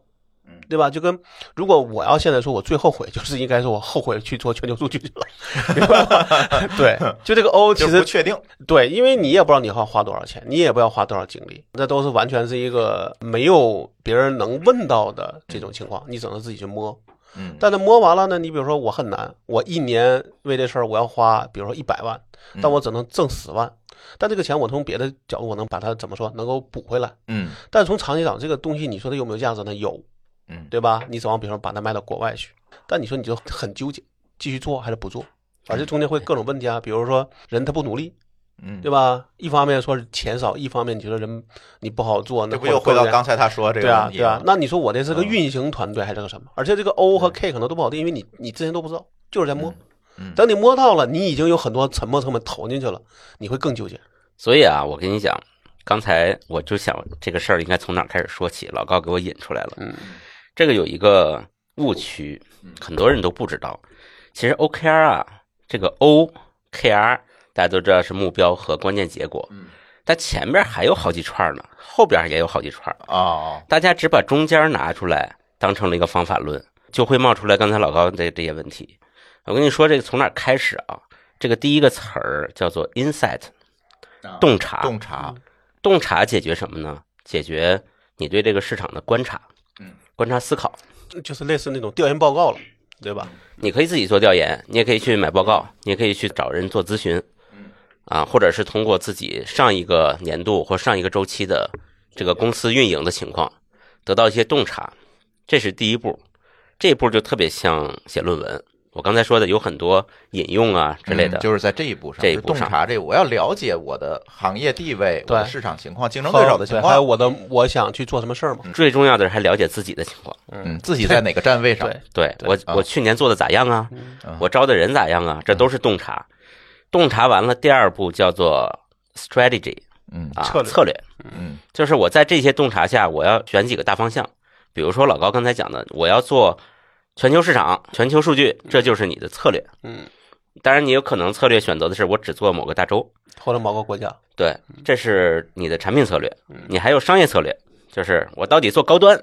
[SPEAKER 3] 对吧？就跟如果我要现在说，我最后悔就是应该说我后悔去做全球数据去了， [LAUGHS] 明白吗？ [LAUGHS] 对，就这个 O 其
[SPEAKER 1] 就
[SPEAKER 3] 实
[SPEAKER 1] 不确定，
[SPEAKER 3] 对，因为你也不知道你要花多少钱，你也不要花多少精力，那都是完全是一个没有别人能问到的这种情况，你只能自己去摸。
[SPEAKER 1] 嗯，
[SPEAKER 3] 但是摸完了呢，你比如说我很难，我一年为这事儿我要花，比如说一百万，但我只能挣十万，但这个钱我从别的角度我能把它怎么说，能够补回来。
[SPEAKER 1] 嗯
[SPEAKER 3] 但是从长期讲，这个东西你说它有没有价值呢？有，
[SPEAKER 1] 嗯
[SPEAKER 3] 对吧？你指望比如说把它卖到国外去，但你说你就很纠结，继续做还是不做？而且中间会各种问题啊，比如说人他不努力，
[SPEAKER 1] 嗯，
[SPEAKER 3] 对吧？一方面说是钱少，一方面你觉得人你不好做，那
[SPEAKER 1] 这不
[SPEAKER 3] 或者
[SPEAKER 1] 又回到
[SPEAKER 3] 各种各样
[SPEAKER 1] 刚才他说这
[SPEAKER 3] 对
[SPEAKER 1] 个
[SPEAKER 3] 啊
[SPEAKER 1] 问题
[SPEAKER 3] 对啊
[SPEAKER 1] 吗？
[SPEAKER 3] 那你说我这是个
[SPEAKER 1] 嗯
[SPEAKER 3] 运行团队还是个什么？而且这个 O 和 K 可能都不好定，因为你你之前都不知道，就是在摸。
[SPEAKER 1] 嗯嗯
[SPEAKER 3] 等你摸到了，你已经有很多沉没成本投进去了，你会更纠结。
[SPEAKER 2] 所以啊，我跟你讲，刚才我就想这个事儿应该从哪儿开始说起，老高给我引出来了。
[SPEAKER 3] 嗯，
[SPEAKER 2] 这个有一个误区，很多人都不知道。其实 OKR 啊，这个 OKR 大家都知道是目标和关键结果，但前面还有好几串呢，后边也有好几串。
[SPEAKER 1] 哦，
[SPEAKER 2] 大家只把中间拿出来当成了一个方法论，就会冒出来刚才老高这这些问题。我跟你说，这个从哪儿开始啊？这个第一个词儿叫做 insight，洞察。
[SPEAKER 1] 啊洞察，
[SPEAKER 2] 嗯洞察解决什么呢？解决你对这个市场的观察，
[SPEAKER 1] 嗯，
[SPEAKER 2] 观察思考。
[SPEAKER 3] 就是类似那种调研报告了，对吧？
[SPEAKER 2] 你可以自己做调研，你也可以去买报告，
[SPEAKER 1] 嗯
[SPEAKER 2] 你也可以去找人做咨询，啊，或者是通过自己上一个年度或上一个周期的这个公司运营的情况，得到一些洞察，这是第一步。这一步就特别像写论文，我刚才说的有很多引用啊之类的，
[SPEAKER 1] 嗯就是在这一步上，
[SPEAKER 2] 这一
[SPEAKER 1] 就是
[SPEAKER 2] 步
[SPEAKER 1] 洞
[SPEAKER 2] 上
[SPEAKER 1] 察这个，我要了解我的行业地位、我
[SPEAKER 3] 对
[SPEAKER 1] 的市场情况、竞争对手的情
[SPEAKER 3] 还有
[SPEAKER 1] 况，
[SPEAKER 3] 我的我想去做什么事儿嘛，
[SPEAKER 2] 最重要的是还了解自己的情况。
[SPEAKER 1] 嗯，自己在哪个站位上，
[SPEAKER 3] 对，
[SPEAKER 2] 对
[SPEAKER 3] 对
[SPEAKER 2] 我，
[SPEAKER 1] 啊
[SPEAKER 2] 我去年做的咋样啊？
[SPEAKER 1] 嗯
[SPEAKER 2] 我招的人咋样啊？这都是洞察。洞察完了，第二步叫做 strategy
[SPEAKER 1] 嗯
[SPEAKER 2] 啊，
[SPEAKER 3] 策略
[SPEAKER 2] 策略
[SPEAKER 1] 嗯
[SPEAKER 2] 就是我在这些洞察下，我要选几个大方向。比如说老高刚才讲的，我要做全球市场、全球数据，这就是你的策略。
[SPEAKER 3] 嗯，
[SPEAKER 2] 当然，你有可能策略选择的是我只做某个大洲，
[SPEAKER 3] 或者某个国家，
[SPEAKER 2] 对，
[SPEAKER 1] 嗯
[SPEAKER 2] 这是你的产品策略。你还有商业策略，就是我到底做高端，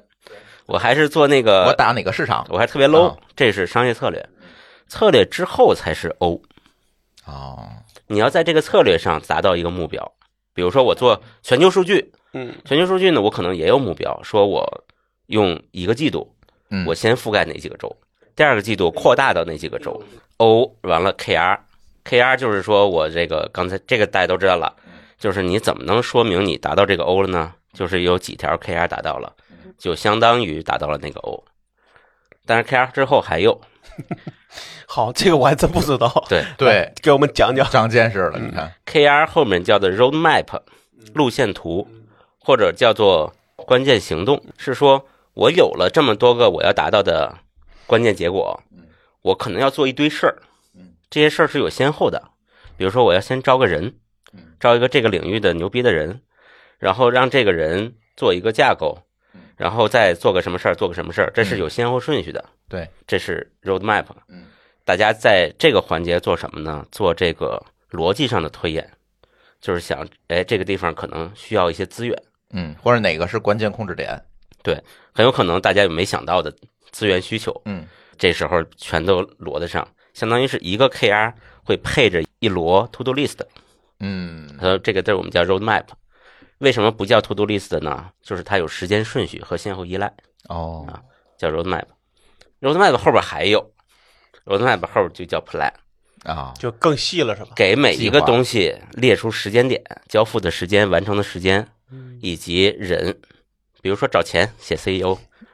[SPEAKER 2] 我还是做那个
[SPEAKER 1] 我打哪个市场？
[SPEAKER 2] 我还特别 low，、
[SPEAKER 1] 啊
[SPEAKER 2] 这是商业策略。策略之后才是 O，
[SPEAKER 1] 哦，
[SPEAKER 2] 你要在这个策略上达到一个目标。比如说我做全球数据，
[SPEAKER 3] 嗯
[SPEAKER 2] 全球数据呢，我可能也有目标，说我用一个季度，
[SPEAKER 1] 嗯
[SPEAKER 2] 我先覆盖哪几个州，第二个季度扩大到哪几个州，O 完了 KR，KR 就是说我这个刚才这个大家都知道了，就是你怎么能说明你达到这个 O 了呢？就是有几条 KR 达到了，就相当于达到了那个 O。但是 KR 之后还有，
[SPEAKER 3] 好，这个我还真不知道，
[SPEAKER 2] 对
[SPEAKER 1] 对，
[SPEAKER 3] [LAUGHS] 给我们讲讲。
[SPEAKER 1] 长见识了，你看，
[SPEAKER 2] KR 后面叫做 roadmap 路线图，或者叫做关键行动，是说我有了这么多个我要达到的关键结果，我可能要做一堆事儿，这些事儿是有先后的。比如说，我要先招个人，招一个这个领域的牛逼的人，然后让这个人做一个架构，然后再做个什么事儿，做个什么事儿，这是有先后顺序的。
[SPEAKER 1] 对，
[SPEAKER 2] 这是 roadmap。
[SPEAKER 1] 嗯，
[SPEAKER 2] 大家在这个环节做什么呢？做这个逻辑上的推演，就是想，哎，这个地方可能需要一些资源，
[SPEAKER 1] 嗯，或者哪个是关键控制点？
[SPEAKER 2] 很有可能大家也没想到的资源需求，
[SPEAKER 1] 嗯
[SPEAKER 2] 这时候全都摞得上，相当于是一个 KR 会配着一摞 To Do List。
[SPEAKER 1] 嗯
[SPEAKER 2] 呃，这个字儿我们叫 Road Map。为什么不叫 To Do List 呢？就是它有时间顺序和先后依赖。
[SPEAKER 1] 哦
[SPEAKER 2] 啊叫 roadmap。roadmap 后边还有，roadmap 后边就叫 plan，
[SPEAKER 1] 啊，
[SPEAKER 3] 就更细了是吧？
[SPEAKER 2] 给每一
[SPEAKER 1] 计
[SPEAKER 2] 个
[SPEAKER 1] 划
[SPEAKER 2] 东西列出时间点、交付的时间、完成的时间以及人。比如说找钱写 CEO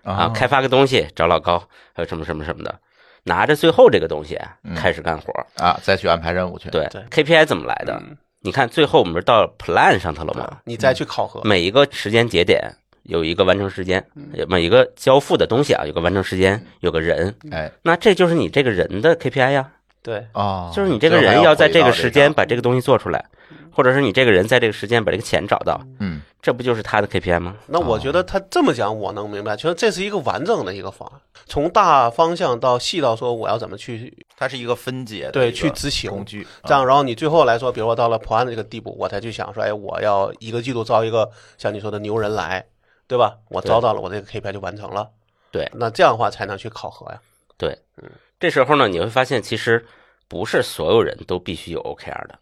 [SPEAKER 1] 哦
[SPEAKER 2] 啊，开发个东西找老高，还有什么什么什么的，拿着最后这个东西
[SPEAKER 1] 嗯
[SPEAKER 2] 开始干活。
[SPEAKER 1] 啊，再去安排任务去。，
[SPEAKER 2] 对
[SPEAKER 3] 对
[SPEAKER 2] KPI 怎么来的？
[SPEAKER 3] 嗯
[SPEAKER 2] 你看最后我们是到 plan 上头了吗？
[SPEAKER 3] 你
[SPEAKER 1] 嗯
[SPEAKER 3] 再去考核，
[SPEAKER 2] 每一个时间节点有一个完成时间，每一个交付的东西啊有个完成时间，有个人，
[SPEAKER 1] 哎
[SPEAKER 2] 那这就是你这个人的 KPI 呀、
[SPEAKER 3] 对，
[SPEAKER 1] 哦，
[SPEAKER 2] 就是你这个
[SPEAKER 1] 最后还
[SPEAKER 2] 人
[SPEAKER 1] 要
[SPEAKER 2] 要在
[SPEAKER 1] 回
[SPEAKER 2] 这
[SPEAKER 1] 到
[SPEAKER 2] 个
[SPEAKER 1] 个
[SPEAKER 2] 时间，把这个东西做出来，或者是你这个人在这个时间把这个钱找到，
[SPEAKER 1] 嗯
[SPEAKER 2] 这不就是他的 KPI 吗？
[SPEAKER 3] 那我觉得他这么讲，我能明白，就是这是一个完整的一个方案，从大方向到细到说我要怎么去
[SPEAKER 1] 它是一个分解的
[SPEAKER 3] 对
[SPEAKER 1] 一个
[SPEAKER 3] 去执行
[SPEAKER 1] 工具，
[SPEAKER 3] 这样，然后你最后来说，比如我到了破案的这个地步，我才去想说，哎，我要一个季度招一个像你说的牛人来，对吧？我招到了，我这个 KPI 就完成了。
[SPEAKER 2] 对
[SPEAKER 3] 那这样的话才能去考核呀。
[SPEAKER 2] 对，
[SPEAKER 1] 嗯
[SPEAKER 2] 这时候呢，你会发现其实不是所有人都必须有 OKR 的，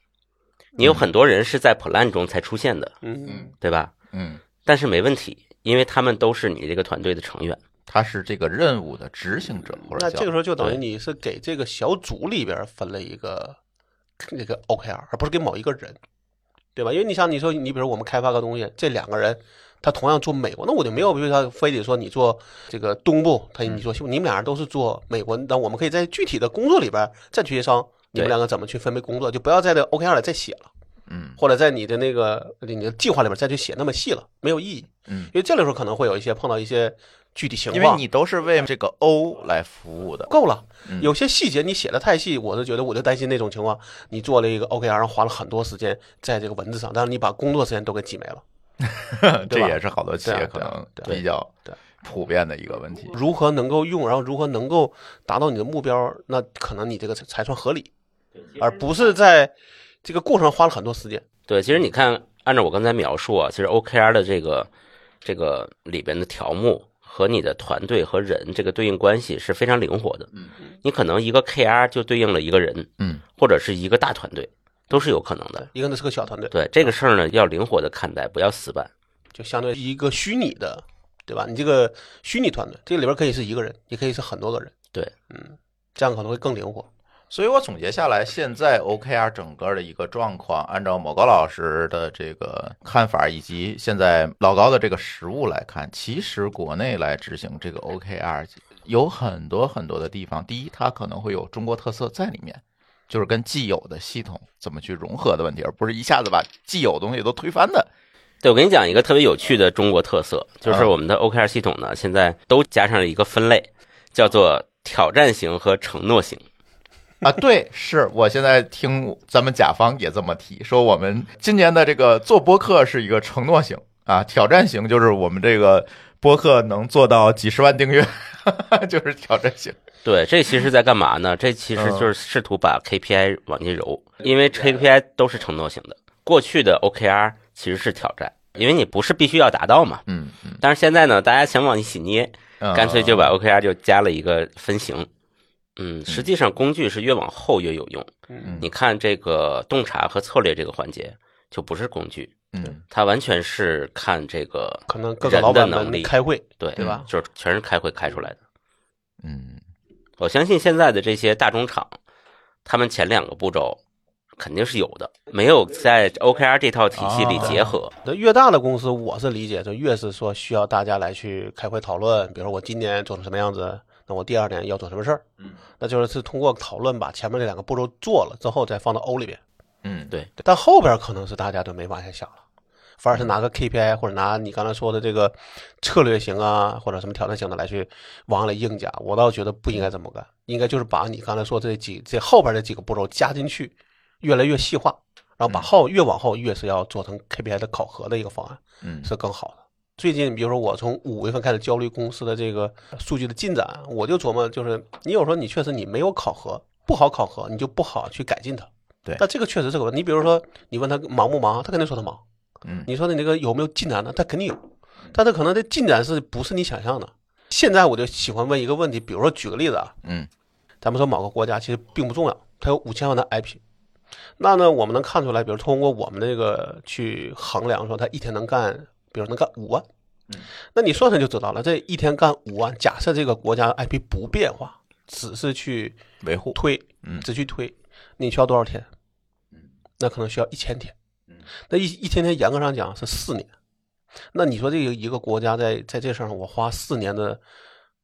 [SPEAKER 1] 嗯
[SPEAKER 2] 你有很多人是在 Plan 中才出现的，
[SPEAKER 3] 嗯
[SPEAKER 2] 对吧？
[SPEAKER 1] 嗯，
[SPEAKER 2] 但是没问题，因为他们都是你这个团队的成员。
[SPEAKER 1] 他是这个任务的执行者，或者
[SPEAKER 3] 那这个时
[SPEAKER 1] 候
[SPEAKER 3] 候就等于
[SPEAKER 2] 对
[SPEAKER 3] 你是给这个小组里边分了一个那个 OKR，而不是给某一个人，对吧？因为你像你说，你比如我们开发个东西，这两个人他同样做美国，那我就没有必要非得说你做这个东部，他
[SPEAKER 1] 嗯
[SPEAKER 3] 你做西部，你们俩人都是做美国，那我们可以在具体的工作里边再去协商，你
[SPEAKER 2] 对
[SPEAKER 3] 们两个怎么去分配工作，就不要在这 OKR 里再写了。
[SPEAKER 1] 嗯
[SPEAKER 3] 或者在你的那个你的计划里边再去写那么细了，没有意义。
[SPEAKER 1] 嗯
[SPEAKER 3] 因为这里头可能会有一些碰到一些具体情
[SPEAKER 1] 因
[SPEAKER 3] 况，
[SPEAKER 1] 为你都是为这个 O 来服务的，
[SPEAKER 3] 够了
[SPEAKER 1] 嗯。
[SPEAKER 3] 有些细节你写的太细，我是觉得我就担心那种情况，你做了一个
[SPEAKER 2] 嗯
[SPEAKER 3] OKR，然后花了很多时间在这个文字上，但是你把工作时间都给挤没了。
[SPEAKER 1] 这
[SPEAKER 3] 吧
[SPEAKER 1] 也是好多企
[SPEAKER 3] 对
[SPEAKER 1] 业
[SPEAKER 3] 啊
[SPEAKER 1] 可
[SPEAKER 3] 对啊
[SPEAKER 1] 能
[SPEAKER 3] 对啊
[SPEAKER 1] 比较
[SPEAKER 3] 对啊啊
[SPEAKER 1] 普遍的一个问题。
[SPEAKER 3] 如何能够用，然后如何能够达到你的目标，那可能你这个才才算合理，而不是在这个过程上花了很多时间。
[SPEAKER 2] 对，其实你看，按照我刚才描述啊，其实 OKR 的这个这个里边的条目和你的团队和人这个对应关系是非常灵活的。嗯，你可能一个 KR 就对应了一个人，
[SPEAKER 1] 嗯，
[SPEAKER 2] 或者是一个大团队，都是有可能的。
[SPEAKER 3] 一个呢是个小团队，
[SPEAKER 2] 对这个事儿呢，要灵活的看待，不要死板。
[SPEAKER 3] 就相对于一个虚拟的，对吧？你这个虚拟团队，这个里边可以是一个人，也可以是很多个人。
[SPEAKER 2] 对，
[SPEAKER 3] 嗯，这样可能会更灵活。
[SPEAKER 1] 所以我总结下来，现在 OKR 整个的一个状况，按照某高老师的这个看法，以及现在老高的这个实务来看，其实国内来执行这个 OKR 有很多很多的地方，第一，它可能会有中国特色在里面，就是跟既有的系统怎么去融合的问题，而不是一下子把既有东西都推翻的。
[SPEAKER 2] 对，我跟你讲一个特别有趣的中国特色，就是我们的 OKR 系统呢，现在都加上了一个分类，叫做挑战型和承诺型。
[SPEAKER 1] [LAUGHS] 啊，对，是我现在听咱们甲方也这么提，说我们今年的这个做播客是一个承诺型啊，挑战型就是我们这个播客能做到几十万订阅， [LAUGHS] 就是挑战型。
[SPEAKER 2] 对，这其实在干嘛呢？这其
[SPEAKER 3] 嗯
[SPEAKER 2] 实就是试图把 KPI 往进揉，因为 KPI 都是承诺型的。过去的 OKR 其实是挑战，因为你不是必须要达到嘛。
[SPEAKER 1] 嗯嗯
[SPEAKER 2] 但是现在呢，大家想往一起捏，
[SPEAKER 3] 啊
[SPEAKER 1] 嗯，
[SPEAKER 2] 干脆就把 OKR 就加了一个分型。嗯，实际上工具是越往后越有用。
[SPEAKER 3] 嗯
[SPEAKER 2] 你看这个洞察和策略这个环节，就不是工具，
[SPEAKER 1] 嗯
[SPEAKER 2] 它完全是看这个
[SPEAKER 3] 可能各个老板
[SPEAKER 2] 人的能
[SPEAKER 3] 们
[SPEAKER 2] 力
[SPEAKER 3] 开会，
[SPEAKER 2] 对
[SPEAKER 3] 对吧
[SPEAKER 2] 就是全是开会开出来的。
[SPEAKER 1] 嗯
[SPEAKER 2] 我相信现在的这些大中厂，他们前两个步骤肯定是有的，没有在 OKR 这套体系里结合。
[SPEAKER 3] 那越大的公司，我是理解，就越是说需要大家来去开会讨论。比如说我今年做成什么样子，那我第二年要做什么事儿，
[SPEAKER 1] 嗯，
[SPEAKER 3] 那就是是通过讨论把前面这两个步骤做了之后，再放到 O 里边。
[SPEAKER 1] 嗯，
[SPEAKER 2] 对
[SPEAKER 3] 但后边可能是大家都没往下想了，反而是拿个 KPI 或者拿你刚才说的这个策略型啊，或者什么挑战型的来去往里硬加。我倒觉得不应该这么干，应该就是把你刚才说这几这后边这几个步骤加进去，越来越细化，然后把后越往后越是要做成 KPI 的考核的一个方案
[SPEAKER 1] 嗯
[SPEAKER 3] 是更好的。最近，比如说我从五月份开始焦虑公司的这个数据的进展，我就琢磨，就是你有时候你确实你没有考核，不好考核，你就不好去改进它。
[SPEAKER 1] 对
[SPEAKER 3] 那这个确实是个问题。你比如说，你问他忙不忙，他肯定说他忙。
[SPEAKER 1] 嗯
[SPEAKER 3] 你说的那个有没有进展呢？他肯定有，但他可能这进展是不是你想象的？现在我就喜欢问一个问题，比如说举个例子啊，
[SPEAKER 1] 嗯
[SPEAKER 3] 咱们说某个国家其实并不重要，它有五千万的 IP，那呢我们能看出来，比如通过我们这个去衡量说他一天能干，比如能干五万，那你算算就知道了，这一天干五万，假设这个国家 IP 不变化，只是去
[SPEAKER 1] 维护
[SPEAKER 3] 推，
[SPEAKER 1] 嗯
[SPEAKER 3] 只去推，你需要多少天？那可能需要一千天，那一一千天严格上讲是四年。那你说这个一个国家在在这事儿上，我花四年的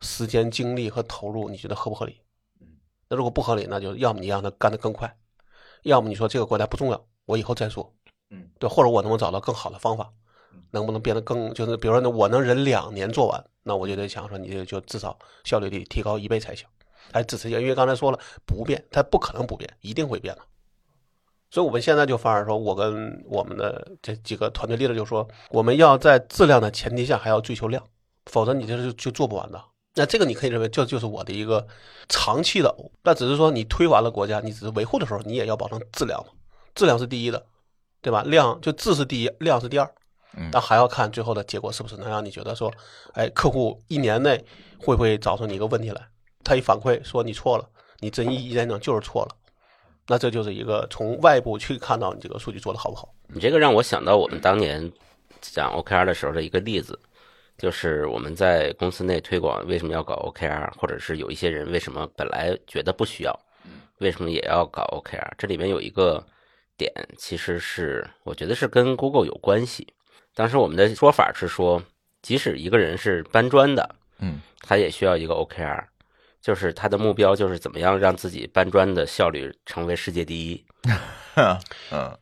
[SPEAKER 3] 时间、精力和投入，你觉得合不合理？那如果不合理，那就要么你让他干得更快，要么你说这个国家不重要，我以后再说。
[SPEAKER 1] 嗯，
[SPEAKER 3] 对，或者我能不能找到更好的方法，能不能变得更就是，比如说呢，我能忍两年做完，那我就得想说，你这个就至少效率得提高一倍才行。哎，只是因为刚才说了不变，它不可能不变，一定会变的。所以我们现在就反而说，我跟我们的这几个团队 leader 就说，我们要在质量的前提下还要追求量，否则你这是就做不完的。那这个你可以认为这就是我的一个长期的偶，那只是说你推完了国家，你只是维护的时候，你也要保证质量嘛，质量是第一的，对吧？量就质是第一，量是第二
[SPEAKER 1] 嗯，
[SPEAKER 3] 但还要看最后的结果是不是能让你觉得说，哎，客户一年内会不会找出你一个问题来？他一反馈说你错了，你真一一言整就是错了，那这就是一个从外部去看到你这个数据做的好不好。
[SPEAKER 2] 你这个让我想到我们当年讲 OKR 的时候的一个例子，就是我们在公司内推广为什么要搞 OKR，或者是有一些人为什么本来觉得不需要，为什么也要搞 OKR？这里面有一个点，其实是我觉得是跟 Google 有关系。当时我们的说法是说，即使一个人是搬砖的，
[SPEAKER 1] 嗯
[SPEAKER 2] 他也需要一个 OKR，就是他的目标就是怎么样让自己搬砖的效率成为世界第一。
[SPEAKER 1] 嗯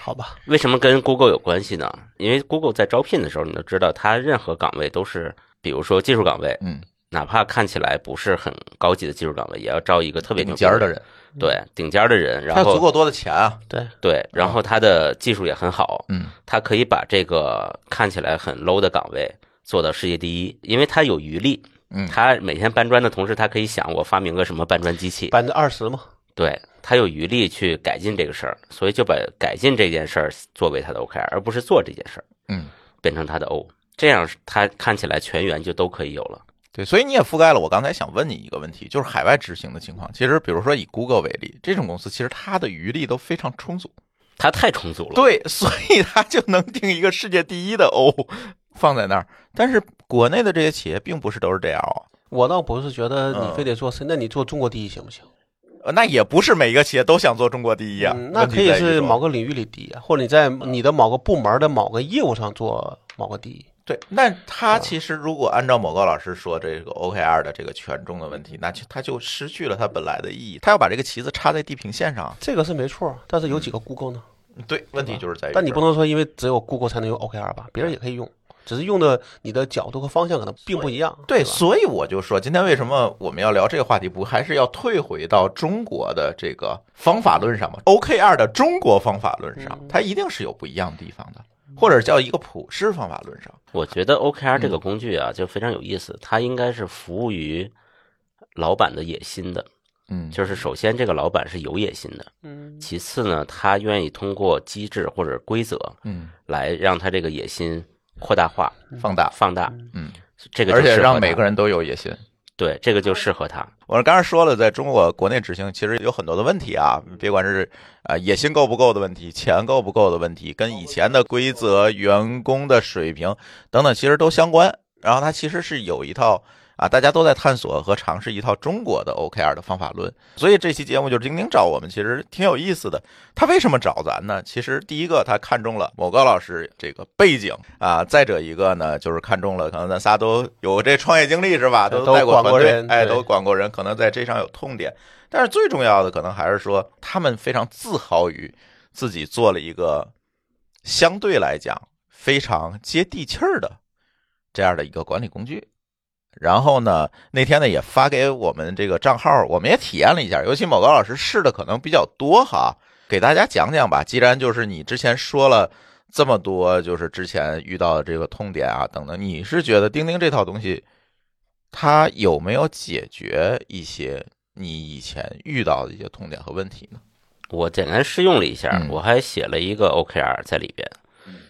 [SPEAKER 3] 好吧，
[SPEAKER 2] 为什么跟 Google 有关系呢？因为 Google 在招聘的时候，你都知道，它任何岗位都是，比如说技术岗位，
[SPEAKER 1] 嗯，
[SPEAKER 2] 哪怕看起来不是很高级的技术岗位，也要招一个特别
[SPEAKER 1] 顶尖儿的
[SPEAKER 2] 人，
[SPEAKER 1] 人，
[SPEAKER 2] 对，顶尖儿的人，
[SPEAKER 1] 他
[SPEAKER 2] 然
[SPEAKER 1] 有足
[SPEAKER 2] 后
[SPEAKER 1] 够多的钱啊，
[SPEAKER 3] 对，
[SPEAKER 2] 对，然后他的技术也很好，
[SPEAKER 1] 嗯
[SPEAKER 2] 他可以把这个看起来很 low 的岗位做到世界第一，因为他有余力，
[SPEAKER 1] 嗯
[SPEAKER 2] 他每天搬砖的同时，他可以想我发明个什么搬砖机器，
[SPEAKER 3] 百分之二十嘛，
[SPEAKER 2] 对他有余力去改进这个事儿，所以就把改进这件事儿作为他的 OKR，而不是做这件事儿。
[SPEAKER 1] 嗯，
[SPEAKER 2] 变成他的 O，这样他看起来全员就都可以有了。
[SPEAKER 1] 对，所以你也覆盖了我刚才想问你一个问题，就是海外执行的情况。其实，比如说以 Google 为例，这种公司其实它的余力都非常充足，
[SPEAKER 2] 他太充足了，
[SPEAKER 1] 对， [LAUGHS] 所以它就能定一个世界第一的 O 放在那儿。但是国内的这些企业并不是都是这样哦，
[SPEAKER 3] 我倒不是觉得你
[SPEAKER 1] 嗯
[SPEAKER 3] 非得做深圳，那你做中国第一行不行？
[SPEAKER 1] 呃那也不是每一个企业都想做中国第一啊。
[SPEAKER 3] 嗯，那可以是某个领域里第一啊，或者你在你的某个部门的某个业务上做某个第一，
[SPEAKER 1] 对，那他其实如果按照某个老师说这个 OKR 的这个权重的问题，那就他就失去了它本来的意义。他要把这个旗子插在地平线上，
[SPEAKER 3] 这个是没错，但是有
[SPEAKER 1] 嗯
[SPEAKER 3] 几个 Google 呢？
[SPEAKER 1] 对，问题就是在于这儿，
[SPEAKER 3] 但你不能说因为只有 Google 才能用 OKR 吧，别人也可以用，只是用的你的角度和方向可能并不一样。
[SPEAKER 1] 对，
[SPEAKER 3] 吧
[SPEAKER 1] 所以我就说，今天为什么我们要聊这个话题，不还是要退回到中国的这个方法论上吗？OKR 嗯的中国方法论上，它一定是有不一样的地方的，或者叫一个普世方法论上。
[SPEAKER 2] 我觉得 OKR
[SPEAKER 1] 嗯
[SPEAKER 2] 这个工具啊，就非常有意思，它应该是服务于老板的野心的。
[SPEAKER 1] 嗯
[SPEAKER 2] 就是首先这个老板是有野心的，
[SPEAKER 3] 嗯
[SPEAKER 2] 其次呢，他愿意通过机制或者规则
[SPEAKER 1] 嗯，
[SPEAKER 2] 来让他这个野心扩大化、
[SPEAKER 1] 放大，
[SPEAKER 2] 放大。
[SPEAKER 1] 嗯，
[SPEAKER 2] 这个就
[SPEAKER 1] 而且
[SPEAKER 2] 适合
[SPEAKER 1] 让
[SPEAKER 2] 他
[SPEAKER 1] 每个人都有野心。
[SPEAKER 2] 对这个就适合他。
[SPEAKER 1] 我刚才说了，在中国国内执行其实有很多的问题啊，别管是啊野心够不够的问题，钱够不够的问题，跟以前的规则、员工的水平等等，其实都相关。然后它其实是有一套啊，大家都在探索和尝试一套中国的 OKR 的方法论。所以这期节目就是丁丁找我们，其实挺有意思的。他为什么找咱呢？其实第一个他看中了某个老师这个背景啊，再者一个呢，就是看中了可能咱仨都有这创业经历是吧？
[SPEAKER 3] 对
[SPEAKER 1] 带过
[SPEAKER 3] 都管
[SPEAKER 1] 团
[SPEAKER 3] 过
[SPEAKER 1] 队，
[SPEAKER 3] 人
[SPEAKER 1] 哎，
[SPEAKER 3] 对
[SPEAKER 1] 都管过人，可能在这上有痛点。但是最重要的，可能还是说他们非常自豪于自己做了一个相对来讲非常接地气儿的这样的一个管理工具。然后呢，那天呢也发给我们这个账号，我们也体验了一下，尤其某高老师试的可能比较多哈，给大家讲讲吧。既然就是你之前说了这么多，就是之前遇到的这个痛点啊等等，你是觉得钉钉这套东西它有没有解决一些你以前遇到的一些痛点和问题呢？ [LAUGHS]
[SPEAKER 2] 我简单试用了一下，
[SPEAKER 1] 嗯
[SPEAKER 2] 我还写了一个 OKR 在里边，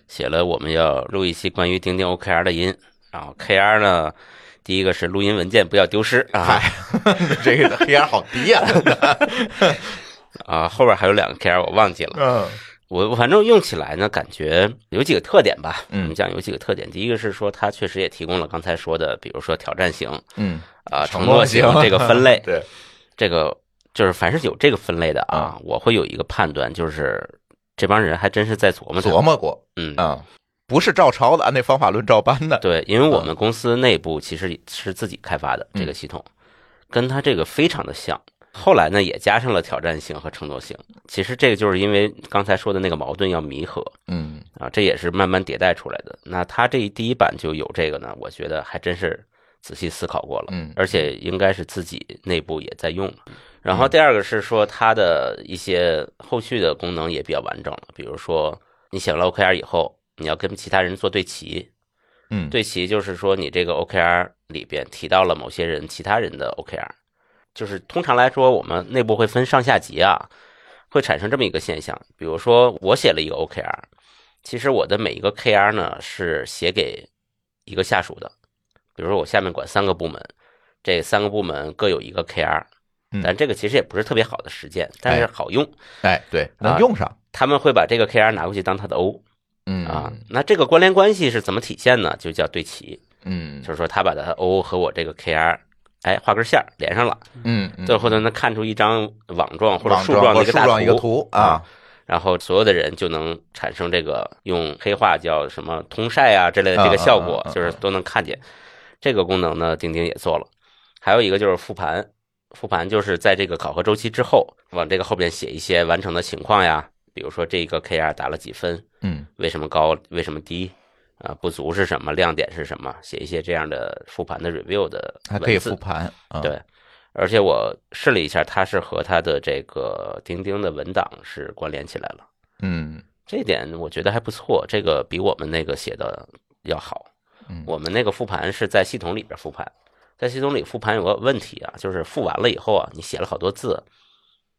[SPEAKER 2] 写了我们要录一期关于钉钉 OKR 的音，然后 KR 呢，第一个是录音文件不要丢失啊
[SPEAKER 1] 这个 PR 好低呀、
[SPEAKER 2] 啊，后边还有两个 KR 我忘记了，
[SPEAKER 1] 嗯
[SPEAKER 2] 我我反正用起来呢，感觉有几个特点吧，
[SPEAKER 1] 嗯
[SPEAKER 2] 我们讲有几个特点，第一个是说它确实也提供了刚才说的，比如说挑战型
[SPEAKER 1] 嗯，
[SPEAKER 2] 啊、承
[SPEAKER 1] 承
[SPEAKER 2] 诺
[SPEAKER 1] 诺
[SPEAKER 2] 型
[SPEAKER 1] 型
[SPEAKER 2] 这个
[SPEAKER 1] [LAUGHS]
[SPEAKER 2] 分类，
[SPEAKER 1] 对，
[SPEAKER 2] 这个就是凡是有这个分类的
[SPEAKER 1] 嗯
[SPEAKER 2] 啊，我会有一个判断，就是这帮人还真是在琢磨它
[SPEAKER 1] 琢，磨过
[SPEAKER 2] 嗯。
[SPEAKER 1] 啊、不是照抄的，按那方法论照搬的。
[SPEAKER 2] 对，因为我们公司内部其实是自己开发的这个系统，跟它这个非常的像。后来呢，也加上了挑战性和承诺性。其实这个就是因为刚才说的那个矛盾要弥合
[SPEAKER 1] 嗯
[SPEAKER 2] 啊，这也是慢慢迭代出来的。那它这一第一版就有这个呢，我觉得还真是仔细思考过了，
[SPEAKER 1] 嗯
[SPEAKER 2] 而且应该是自己内部也在用了。然后第二个是说它的一些后续的功能也比较完整了，比如说你写了 OKR 以后，你要跟其他人做对齐，
[SPEAKER 1] 嗯，
[SPEAKER 2] 对齐就是说，你这个 OKR 里边提到了某些人其他人的 OKR，就是通常来说，我们内部会分上下级啊，会产生这么一个现象。比如说，我写了一个 OKR，其实我的每一个 KR 呢是写给一个下属的，比如说我下面管三个部门，这三个部门各有一个 KR，
[SPEAKER 1] 嗯
[SPEAKER 2] 但这个其实也不是特别好的实践，但是
[SPEAKER 1] 哎
[SPEAKER 2] 好用。
[SPEAKER 1] 哎，对，
[SPEAKER 2] 啊
[SPEAKER 1] 能用上。
[SPEAKER 2] 他们会把这个 KR 拿过去当他的 O
[SPEAKER 1] 嗯
[SPEAKER 2] 啊，那这个关联关系是怎么体现呢？就叫对齐。
[SPEAKER 1] 嗯
[SPEAKER 2] 就是说他把他 O 和我这个 KR，哎，画根线儿连上了，
[SPEAKER 1] 嗯嗯，
[SPEAKER 2] 最后呢能看出一张网状或者
[SPEAKER 1] 网
[SPEAKER 2] 树
[SPEAKER 1] 状
[SPEAKER 2] 状的
[SPEAKER 1] 或
[SPEAKER 2] 一个
[SPEAKER 1] 树
[SPEAKER 2] 大
[SPEAKER 1] 状一个图啊，
[SPEAKER 2] 然后所有的人就能产生这个用黑话叫什么通晒啊之类的这个
[SPEAKER 1] 嗯
[SPEAKER 2] 效
[SPEAKER 1] 嗯
[SPEAKER 2] 果
[SPEAKER 1] 嗯嗯，
[SPEAKER 2] 就是都能看见。这个功能呢，钉钉也做了，还有一个就是复盘，复盘就是在这个考核周期之后，往这个后边写一些完成的情况呀，比如说这个 KR 打了几分，
[SPEAKER 1] 嗯
[SPEAKER 2] 为什么高，为什么低，啊，不足是什么，亮点是什么，写一些这样的复盘的 review 的
[SPEAKER 1] 还可以
[SPEAKER 2] 文
[SPEAKER 1] 复
[SPEAKER 2] 字。
[SPEAKER 1] 盘啊，
[SPEAKER 2] 对，而且我试了一下，它是和它的这个钉钉的文档是关联起来了，
[SPEAKER 1] 嗯
[SPEAKER 2] 这一点我觉得还不错，这个比我们那个写的要好。
[SPEAKER 1] 嗯
[SPEAKER 2] 我们那个复盘是在系统里边复盘，在系统里复盘有个问题啊，就是复完了以后啊，你写了好多字，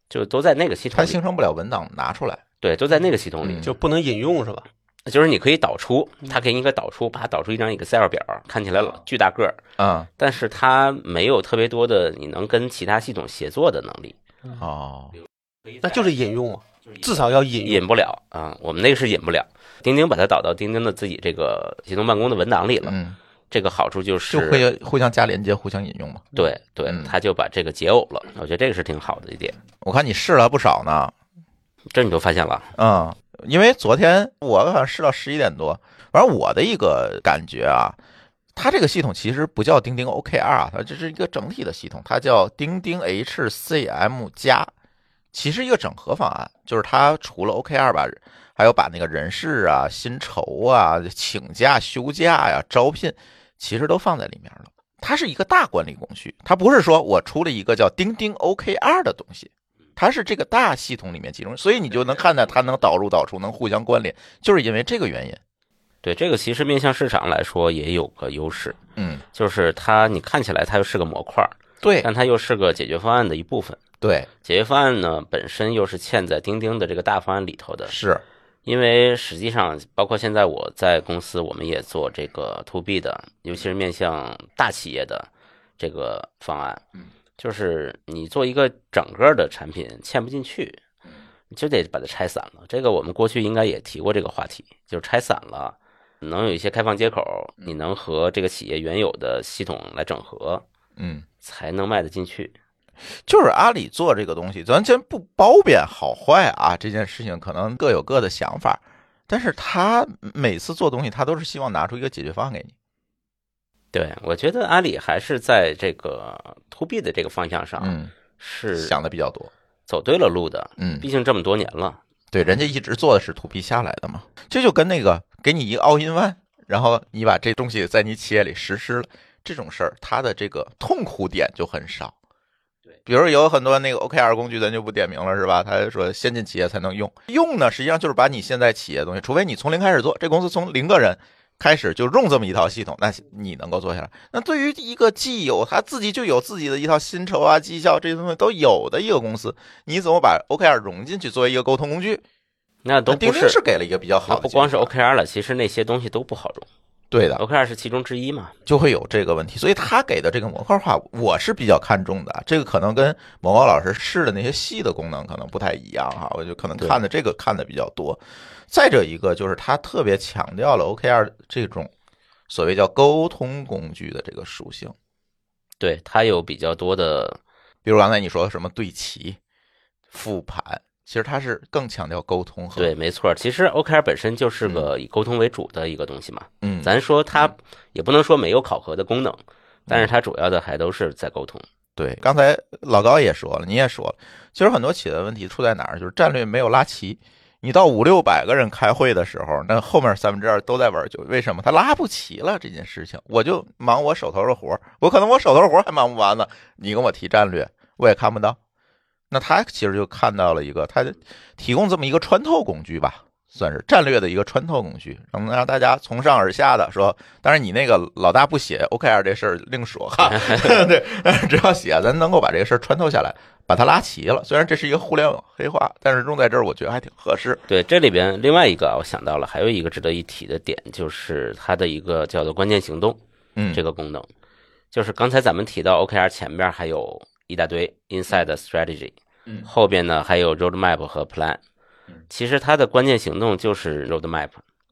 [SPEAKER 2] 就都在那个系统
[SPEAKER 1] 它
[SPEAKER 2] 里
[SPEAKER 1] 形，成不了文档拿出来，
[SPEAKER 2] 对，都在那个系统里，
[SPEAKER 1] 嗯
[SPEAKER 3] 就不能引用是吧？
[SPEAKER 2] 就是你可以导出，它给你一个导出，啪导出一张 Excel 表，看起来
[SPEAKER 1] 啊
[SPEAKER 2] 老巨大个儿，
[SPEAKER 1] 嗯
[SPEAKER 2] 但是它没有特别多的你能跟其他系统协作的能力，
[SPEAKER 1] 哦，
[SPEAKER 3] 那就是引用嘛，至少要引用。
[SPEAKER 2] 引不了啊、我们那个是引不了，钉钉把它导到钉钉的自己这个移动办公的文档里了。
[SPEAKER 1] 嗯，
[SPEAKER 2] 这个好处就是
[SPEAKER 1] 就会互相加连接，互相引用嘛。
[SPEAKER 2] 对对
[SPEAKER 1] 嗯，
[SPEAKER 2] 它就把这个解耦了。我觉得这个是挺好的一点，
[SPEAKER 1] 我看你试了不少呢，
[SPEAKER 2] 这你就发现了，
[SPEAKER 1] 嗯，因为昨天我好像试到十一点多，反正我的一个感觉啊，它这个系统其实不叫钉钉 OKR 啊，它这是一个整体的系统，它叫钉钉 HCM 加，其实一个整合方案，就是它除了 OKR 吧，还有把那个人事啊、薪酬啊、请假、休假呀、招聘，其实都放在里面了。它是一个大管理工序，它不是说我出了一个叫钉钉 OKR 的东西，它是这个大系统里面其中，所以你就能看到它能导入导出，能互相关联，就是因为这个原因。
[SPEAKER 2] 对这个其实面向市场来说也有个优势，
[SPEAKER 1] 嗯，
[SPEAKER 2] 就是它你看起来它又是个模块儿，
[SPEAKER 1] 对
[SPEAKER 2] 但它又是个解决方案的一部分。
[SPEAKER 1] 对
[SPEAKER 2] 解决方案呢本身又是嵌在钉钉的这个大方案里头的，
[SPEAKER 1] 是，
[SPEAKER 2] 因为实际上包括现在我在公司我们也做这个 to B 的，尤其是面向大企业的这个方案，
[SPEAKER 1] 嗯，
[SPEAKER 2] 就是你做一个整个的产品嵌不进去，你就得把它拆散了。这个我们过去应该也提过这个话题，就是拆散了。能有一些开放接口，你能和这个企业原有的系统来整合，
[SPEAKER 1] 嗯，
[SPEAKER 2] 才能卖得进去。
[SPEAKER 1] 就是阿里做这个东西，咱先不褒贬好坏啊，这件事情可能各有各的想法，但是他每次做东西，他都是希望拿出一个解决方案给你。
[SPEAKER 2] 对我觉得阿里还是在这个 to B 的这个方向上
[SPEAKER 1] 嗯，
[SPEAKER 2] 啊是
[SPEAKER 1] 想的比较多。
[SPEAKER 2] 走对了路的，
[SPEAKER 1] 嗯，
[SPEAKER 2] 毕竟这么多年了。
[SPEAKER 1] 对，人家一直做的是 to B 下来的嘛，这就跟那个给你一个 all in one，然后你把这东西在你企业里实施了这种事儿，它的这个痛苦点就很少。对，比如有很多那个 OKR 工具，咱就不点名了，是吧？他说先进企业才能用，用呢实际上就是把你现在企业的东西，除非你从零开始做，这公司从零个人。开始就用这么一套系统，那你能够做下来？那对于一个既有他自己就有自己的一套薪酬啊、绩效这些东西都有的一个公司，你怎么把 OKR 融进去作为一个沟通工具？
[SPEAKER 2] 那都
[SPEAKER 1] 那钉
[SPEAKER 2] 不
[SPEAKER 1] 钉
[SPEAKER 2] 是，
[SPEAKER 1] 是给了一个比较好
[SPEAKER 2] 那
[SPEAKER 1] 的，
[SPEAKER 2] 不光是嗯 OKR 了，其实那些东西都不好用。
[SPEAKER 1] 对的，
[SPEAKER 2] OKR 是其中之一嘛。
[SPEAKER 1] 就会有这个问题。所以他给的这个模块化，我是比较看重的。这个可能跟某某老师试的那些细的功能可能不太一样哈，我就可能
[SPEAKER 2] 对
[SPEAKER 1] 看的这个看的比较多。再者一个就是他特别强调了 OKR 这种所谓叫沟通工具的这个属性，
[SPEAKER 2] 对，它有比较多的，
[SPEAKER 1] 比如刚才你说什么对齐、复盘，其实它是更强调沟通和
[SPEAKER 2] 对，没错。其实 OKR 本身就是个以沟通为主的一个东西嘛。
[SPEAKER 1] 嗯，
[SPEAKER 2] 咱说它也不能说没有考核的功能，但是它主要的还都是在沟通。
[SPEAKER 1] 对，刚才老高也说了，你也说了，其实很多企业的问题出在哪儿，就是战略没有拉齐。你到五六百个人开会的时候，那后面三分之二都在玩酒，为什么他拉不齐了这件事情？我就忙我手头的活儿，我可能我手头的活儿还忙不完呢，你跟我提战略，我也看不到。那他其实就看到了一个，他提供这么一个穿透工具吧，算是战略的一个穿透工具，能让大家从上而下的说。当然，你那个老大不写 OKR 这事儿另说
[SPEAKER 2] [LAUGHS]
[SPEAKER 1] 哈，对，只要写，咱能够把这个事儿穿透下来，把它拉齐了。虽然这是一个互联网黑话，但是用在这儿我觉得还挺合适。
[SPEAKER 2] 对，这里边另外一个啊我想到了，还有一个值得一提的点，就是它的一个叫做关键行动
[SPEAKER 1] 嗯，
[SPEAKER 2] 这个功能，就是刚才咱们提到 OKR 前边还有一大堆 Inside Strategy，
[SPEAKER 1] 嗯
[SPEAKER 2] 后边呢还有 Roadmap 和 Plan，其实它的关键行动就是 Roadmap。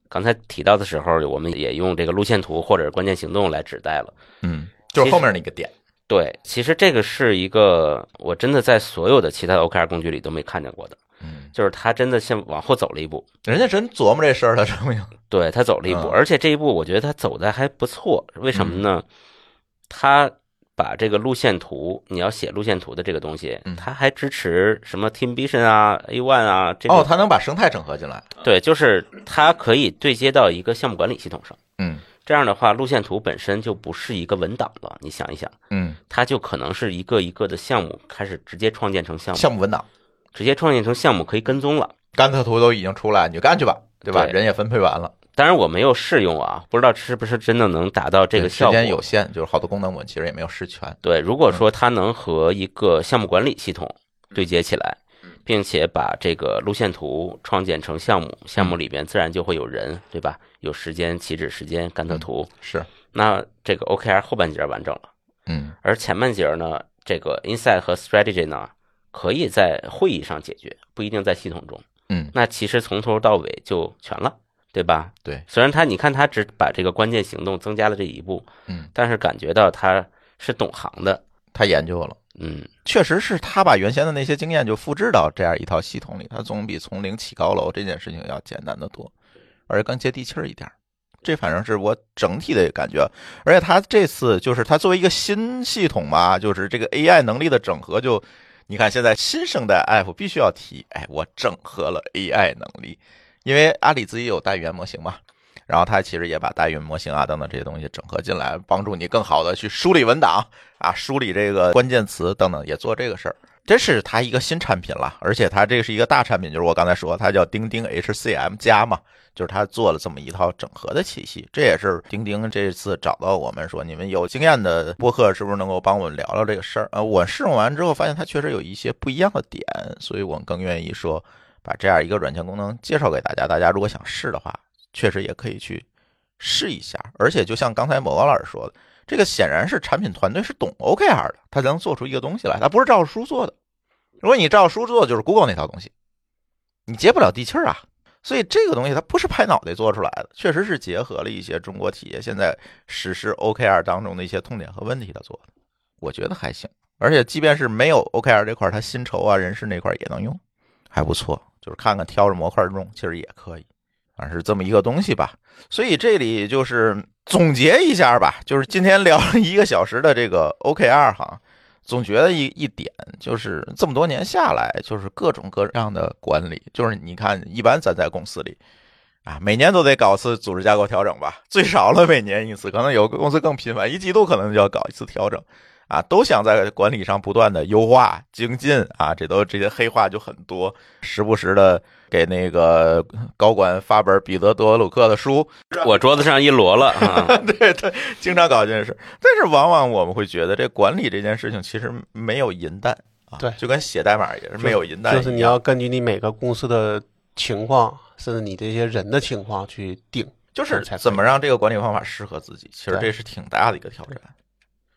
[SPEAKER 2] 刚才提到的时候，我们也用这个路线图或者是关键行动来指代了。
[SPEAKER 1] 嗯，就是后面那个点。
[SPEAKER 2] 对，其实这个是一个我真的在所有的其他的 OKR 工具里都没看见过的，
[SPEAKER 1] 嗯，
[SPEAKER 2] 就是它真的像往后走了一步，
[SPEAKER 1] 人家真琢磨这事儿了，证明。
[SPEAKER 2] 对他走了一步，
[SPEAKER 1] 嗯
[SPEAKER 2] 而且这一步我觉得他走的还不错。为什么呢？他把这个路线图，你要写路线图的这个东西，
[SPEAKER 1] 嗯
[SPEAKER 2] 他还支持什么 Team Vision 啊、A One 啊这种。
[SPEAKER 1] 哦，他能把生态整合进来。
[SPEAKER 2] 对，就是它可以对接到一个项目管理系统上。
[SPEAKER 1] 嗯
[SPEAKER 2] 这样的话，路线图本身就不是一个文档了。你想一想，
[SPEAKER 1] 嗯，
[SPEAKER 2] 它就可能是一个一个的项目开始直接创建成项目，
[SPEAKER 1] 项目文档、
[SPEAKER 2] 直接创建成项目可以跟踪了。
[SPEAKER 1] 甘特图都已经出来，你就干去吧，对吧？
[SPEAKER 2] 对
[SPEAKER 1] 人也分配完了，
[SPEAKER 2] 当然我没有试用啊，不知道是不是真的能达到这个
[SPEAKER 1] 时
[SPEAKER 2] 效果。
[SPEAKER 1] 间有限，就是好多功能我们其实也没有试全。
[SPEAKER 2] 对，如
[SPEAKER 1] 嗯
[SPEAKER 2] 果说它能和一个项目管理系统对接起来，
[SPEAKER 1] 嗯
[SPEAKER 2] 并且把这个路线图创建成项目，项
[SPEAKER 1] 嗯
[SPEAKER 2] 目里边自然就会有人，对吧？有时间、起止时间、甘
[SPEAKER 1] 嗯
[SPEAKER 2] 特图。
[SPEAKER 1] 是，
[SPEAKER 2] 那这个 OKR 后半截完整了，
[SPEAKER 1] 嗯
[SPEAKER 2] 而前半截呢，这个 Insight 和 Strategy 呢，可以在会议上解决，不一定在系统中。
[SPEAKER 1] 嗯，
[SPEAKER 2] 那其实从头到尾就全了，对吧？
[SPEAKER 1] 对，
[SPEAKER 2] 虽然他你看他只把这个关键行动增加了这一步，
[SPEAKER 1] 嗯，
[SPEAKER 2] 但是感觉到他是懂行的，
[SPEAKER 1] 他研究了。
[SPEAKER 2] 嗯。
[SPEAKER 1] 确实是他把原先的那些经验就复制到这样一套系统里，他总比从零起高楼这件事情要简单的多，而且更接地气儿一点儿。这反正是我整体的感觉。而且它这次就是它作为一个新系统嘛，就是这个 AI 能力的整合就，你看现在新生代 App 必须要提，哎，我整合了 AI 能力，因为阿里自己有大语言模型嘛。然后它其实也把大语言模型啊等等这些东西整合进来，帮助你更好的去梳理文档啊，梳理这个关键词等等，也做这个事儿。这是它一个新产品了，而且它这是一个大产品，就是我刚才说它叫钉钉 HCM 加嘛，就是它做了这么一套整合的体系。这也是钉钉这次找到我们说，你们有经验的播客是不是能够帮我们聊聊这个事儿啊？我试用完之后发现它确实有一些不一样的点，所以我们更愿意说把这样一个软件功能介绍给大家。大家如果想试的话，确实也可以去试一下。而且就像刚才某高老师说的，这个显然是产品团队是懂 OKR 的，他才能做出一个东西来，他不是照着书做的。如果你照着书做，就是 Google 那套东西，你接不了地气儿啊。所以这个东西它不是拍脑袋做出来的，确实是结合了一些中国企业现在实施 OKR 当中的一些痛点和问题，它做的，我觉得还行。而且即便是没有 OKR 这块儿，它薪酬啊、人事那块儿也能用，还不错。就是看看挑着模块用，其实也可以。啊，是这么一个东西吧。所以这里就是总结一下吧，就是今天聊了一个小时的这个 OKR 哈，总觉得一一点就是这么多年下来，就是各种各样的管理，就是你看，一般咱在公司里啊，每年都得搞次组织架构调整吧，最少了每年一次，可能有个公司更频繁，一季度可能就要搞一次调整啊，都想在管理上不断的优化精进啊，这都这些黑话就很多，时不时的。给那个高管发本彼得·德鲁克的书，
[SPEAKER 2] 我桌子上一摞了啊，
[SPEAKER 1] [LAUGHS] 对对，经常搞这件事。但是往往我们会觉得，这管理这件事情其实没有银弹啊，
[SPEAKER 3] 对
[SPEAKER 1] 就跟写代码也是没有银弹一样
[SPEAKER 3] 就是你要根据你每个公司的情况，甚至你这些人的情况去定。
[SPEAKER 1] 就是
[SPEAKER 3] 才可以
[SPEAKER 1] 怎么让这个管理方法适合自己，其实这
[SPEAKER 3] 对
[SPEAKER 1] 是挺大的一个挑战。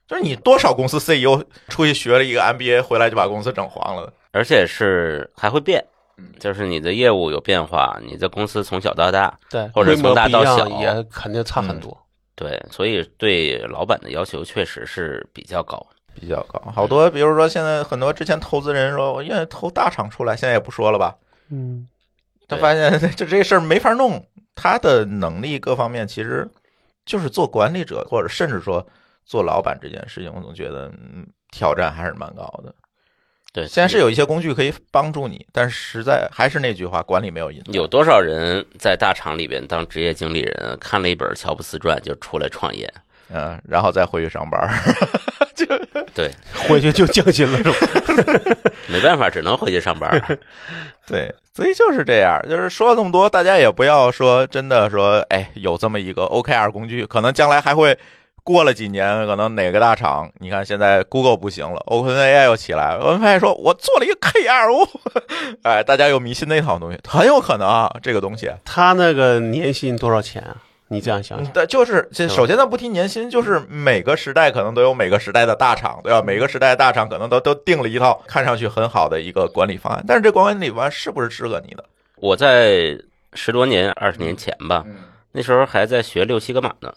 [SPEAKER 1] 就是你多少公司 CEO 出去学了一个 MBA 回来就把公司整黄了的，
[SPEAKER 2] 而且是还会变
[SPEAKER 1] 嗯，
[SPEAKER 2] 就是你的业务有变化，你的公司从小到大，
[SPEAKER 3] 对，
[SPEAKER 2] 或者
[SPEAKER 3] 规模
[SPEAKER 2] 从大
[SPEAKER 3] 不一
[SPEAKER 2] 到小
[SPEAKER 3] 样也肯定差很
[SPEAKER 1] 嗯
[SPEAKER 3] 多。
[SPEAKER 2] 对，所以对老板的要求确实是比较高。
[SPEAKER 1] 比较高。好多比如说现在很多之前投资人说我愿意投大厂出来，现在也不说了吧，
[SPEAKER 3] 嗯，
[SPEAKER 1] 他
[SPEAKER 2] 对
[SPEAKER 1] 发现 [LAUGHS] 这这事儿没法弄，他的能力各方面其实就是做管理者，或者甚至说做老板这件事情，我总觉得嗯挑战还是蛮高的。
[SPEAKER 2] 对，
[SPEAKER 1] 现在是有一些工具可以帮助你，但是实在还是那句话，管理没有引导。
[SPEAKER 2] 有多少人在大厂里边当职业经理人，看了一本乔布斯传就出来创业？
[SPEAKER 1] 嗯，然后再回去上班儿，就
[SPEAKER 2] 对，
[SPEAKER 3] [LAUGHS] 回去就降薪了是吧？
[SPEAKER 2] 没办法，只能回去上班儿。
[SPEAKER 1] [LAUGHS] 对，所以就是这样，就是说了这么多，大家也不要说真的说，哎，有这么一个 OKR 工具，可能将来还会过了几年，可能哪个大厂，你看现在 Google 不行了，OpenAI 又起来了，OpenAI 说我做了一个 KRO，哎，大家又迷信那套东西，很有可能啊，这个东西，
[SPEAKER 3] 他那个年薪多少钱啊？你这样想想，
[SPEAKER 1] 但嗯就是这
[SPEAKER 3] 吧
[SPEAKER 1] 首先咱不提年薪，就是每个时代可能都有每个时代的大厂，对吧？每个时代的大厂可能都都定了一套看上去很好的一个管理方案，但是这管理方案是不是适合你的？
[SPEAKER 2] 我在十多年、二十年前吧，那时候还在学六西格玛呢。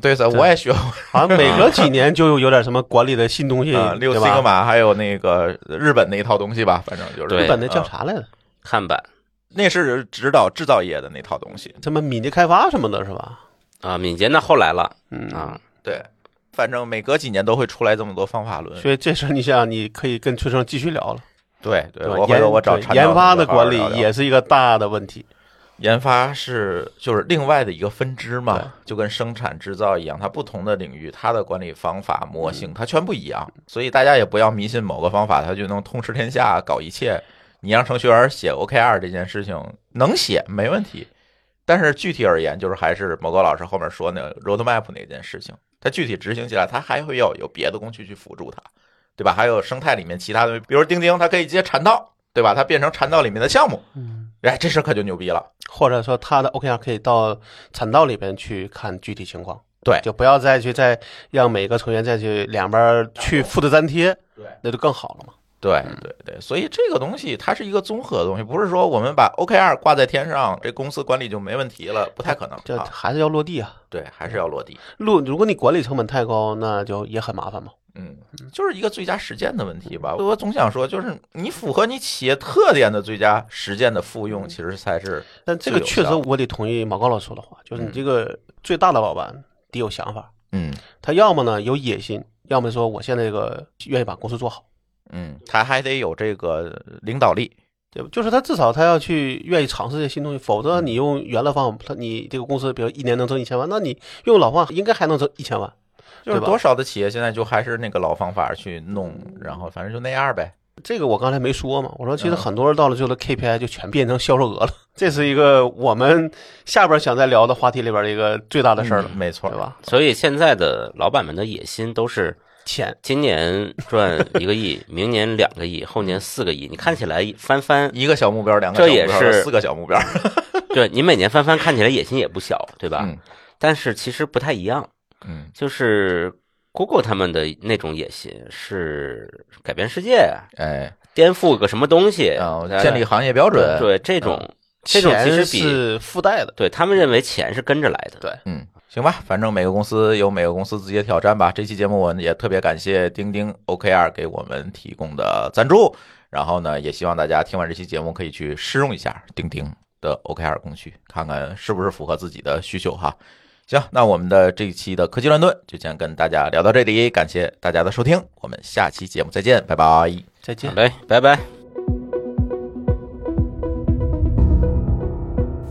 [SPEAKER 1] 对噻，
[SPEAKER 3] 对
[SPEAKER 1] 我也学过。
[SPEAKER 3] 好像每隔几年就有点什么管理的新东西，
[SPEAKER 1] 啊，六西
[SPEAKER 3] 呃对
[SPEAKER 1] 格
[SPEAKER 3] 吧？
[SPEAKER 1] 玛还有那个日本那一套东西吧，反正就是
[SPEAKER 2] 对
[SPEAKER 3] 日本那叫
[SPEAKER 1] 嗯
[SPEAKER 3] 啥来着？
[SPEAKER 2] 看板
[SPEAKER 1] 那是指导制造业的那套东西。
[SPEAKER 3] 什么敏捷开发什么的，是吧？
[SPEAKER 2] 啊，敏捷那后来了
[SPEAKER 3] 嗯，
[SPEAKER 2] 啊，
[SPEAKER 1] 对，反正每隔几年都会出来这么多方法论。
[SPEAKER 3] 所以这事儿你想，你可以跟崔生继续聊了，
[SPEAKER 1] 对对，
[SPEAKER 3] 对吧
[SPEAKER 1] 我？回
[SPEAKER 3] 研
[SPEAKER 1] 头我找
[SPEAKER 3] 对
[SPEAKER 1] 禅
[SPEAKER 3] 研
[SPEAKER 1] 导
[SPEAKER 3] 发
[SPEAKER 1] 同
[SPEAKER 3] 的
[SPEAKER 1] 学好好
[SPEAKER 3] 管理
[SPEAKER 1] 聊聊
[SPEAKER 3] 也是一个大的问题，
[SPEAKER 1] 研发是就是另外的一个分支嘛，就跟生产制造一样，它不同的领域，它的管理方法模型它全不一样，所以大家也不要迷信某个方法，它就能通吃天下，搞一切。你让程序员写 OKR 这件事情能写没问题，但是具体而言，就是还是某个老师后面说那个 roadmap 那件事情，它具体执行起来，它还会要有别的工具去辅助它，对吧？还有生态里面其他的，比如钉钉，它可以接缠道，对吧？它变成缠道里面的项目，
[SPEAKER 3] 嗯，
[SPEAKER 1] 哎，这事儿可就牛逼了。
[SPEAKER 3] 或者说他的 OKR 可以到产道里边去看具体情况，
[SPEAKER 1] 对
[SPEAKER 3] 就不要再去再让每个成员再去两边去复制粘贴，
[SPEAKER 1] 对
[SPEAKER 3] 那就更好了嘛。
[SPEAKER 1] 对对对，所以这个东西它是一个综合的东西，不是说我们把 OKR 挂在天上，这公司管理就没问题了，不太可能
[SPEAKER 3] 这
[SPEAKER 1] 啊。
[SPEAKER 3] 还是要落地啊。
[SPEAKER 1] 对，还是要落地。
[SPEAKER 3] 落，如果你管理成本太高，那就也很麻烦嘛。
[SPEAKER 1] 嗯，就是一个最佳实践的问题吧。我总想说，就是你符合你企业特点的最佳实践的复用，其实才是
[SPEAKER 3] 但这
[SPEAKER 1] 最
[SPEAKER 3] 个
[SPEAKER 1] 有
[SPEAKER 3] 确实，
[SPEAKER 1] 效
[SPEAKER 3] 我得同意毛高老师说的话，就是你
[SPEAKER 1] 嗯
[SPEAKER 3] 这个最大的老板得有想法，
[SPEAKER 1] 嗯
[SPEAKER 3] 他要么呢有野心，要么说我现在这个愿意把公司做好，
[SPEAKER 1] 嗯，他还得有这个领导力。
[SPEAKER 3] 对吧？就是他至少他要去愿意尝试这些新东西，否则你用原来方法，他你这个公司比如一年能挣一千万，那你用老方法应该还能挣一千万。
[SPEAKER 1] 就是
[SPEAKER 3] 对吧
[SPEAKER 1] 多少的企业现在就还是那个老方法去弄，然后反正就那样呗。
[SPEAKER 3] 这个我刚才没说嘛，我说其实
[SPEAKER 1] 嗯
[SPEAKER 3] 很多人到了最后的 KPI 就全变成销售额了，这是一个我们下边想再聊的话题里边的一个最大的事儿了，
[SPEAKER 1] 嗯没错，
[SPEAKER 3] 对？吧？
[SPEAKER 2] 所以现在的老板们的野心都是
[SPEAKER 3] 钱，
[SPEAKER 2] 今年赚一
[SPEAKER 1] [LAUGHS]
[SPEAKER 2] 个亿，明年两个亿，后年四个亿。你看起来翻番，
[SPEAKER 1] 一个小目标，两个
[SPEAKER 2] 这
[SPEAKER 1] 小目
[SPEAKER 2] 也
[SPEAKER 1] 标，
[SPEAKER 2] 是
[SPEAKER 1] 四个小目标。
[SPEAKER 2] 对你每年翻番看起来野心也不小，对吧？
[SPEAKER 1] 嗯
[SPEAKER 2] 但是其实不太一样，
[SPEAKER 1] 嗯，
[SPEAKER 2] 就是 Google 他们的那种野心是改变世界，啊
[SPEAKER 1] 哎，
[SPEAKER 2] 颠覆个什么东西，
[SPEAKER 1] 啊，我建立啊行业标准。
[SPEAKER 2] 呃对这种这种其
[SPEAKER 3] 钱
[SPEAKER 2] 实比
[SPEAKER 3] 是附带的，
[SPEAKER 2] 对他们认为钱是跟着来的，
[SPEAKER 3] 对
[SPEAKER 1] 嗯，行吧，反正每个公司有每个公司自己的挑战吧。这期节目我们也特别感谢钉钉 OKR 给我们提供的赞助，然后呢，也希望大家听完这期节目可以去试用一下钉钉的 OKR 工具，看看是不是符合自己的需求哈。行，那我们的这一期的科技乱炖就先跟大家聊到这里，感谢大家的收听，我们下期节目再见，拜拜。
[SPEAKER 3] 再见
[SPEAKER 2] 好。嘞，拜拜。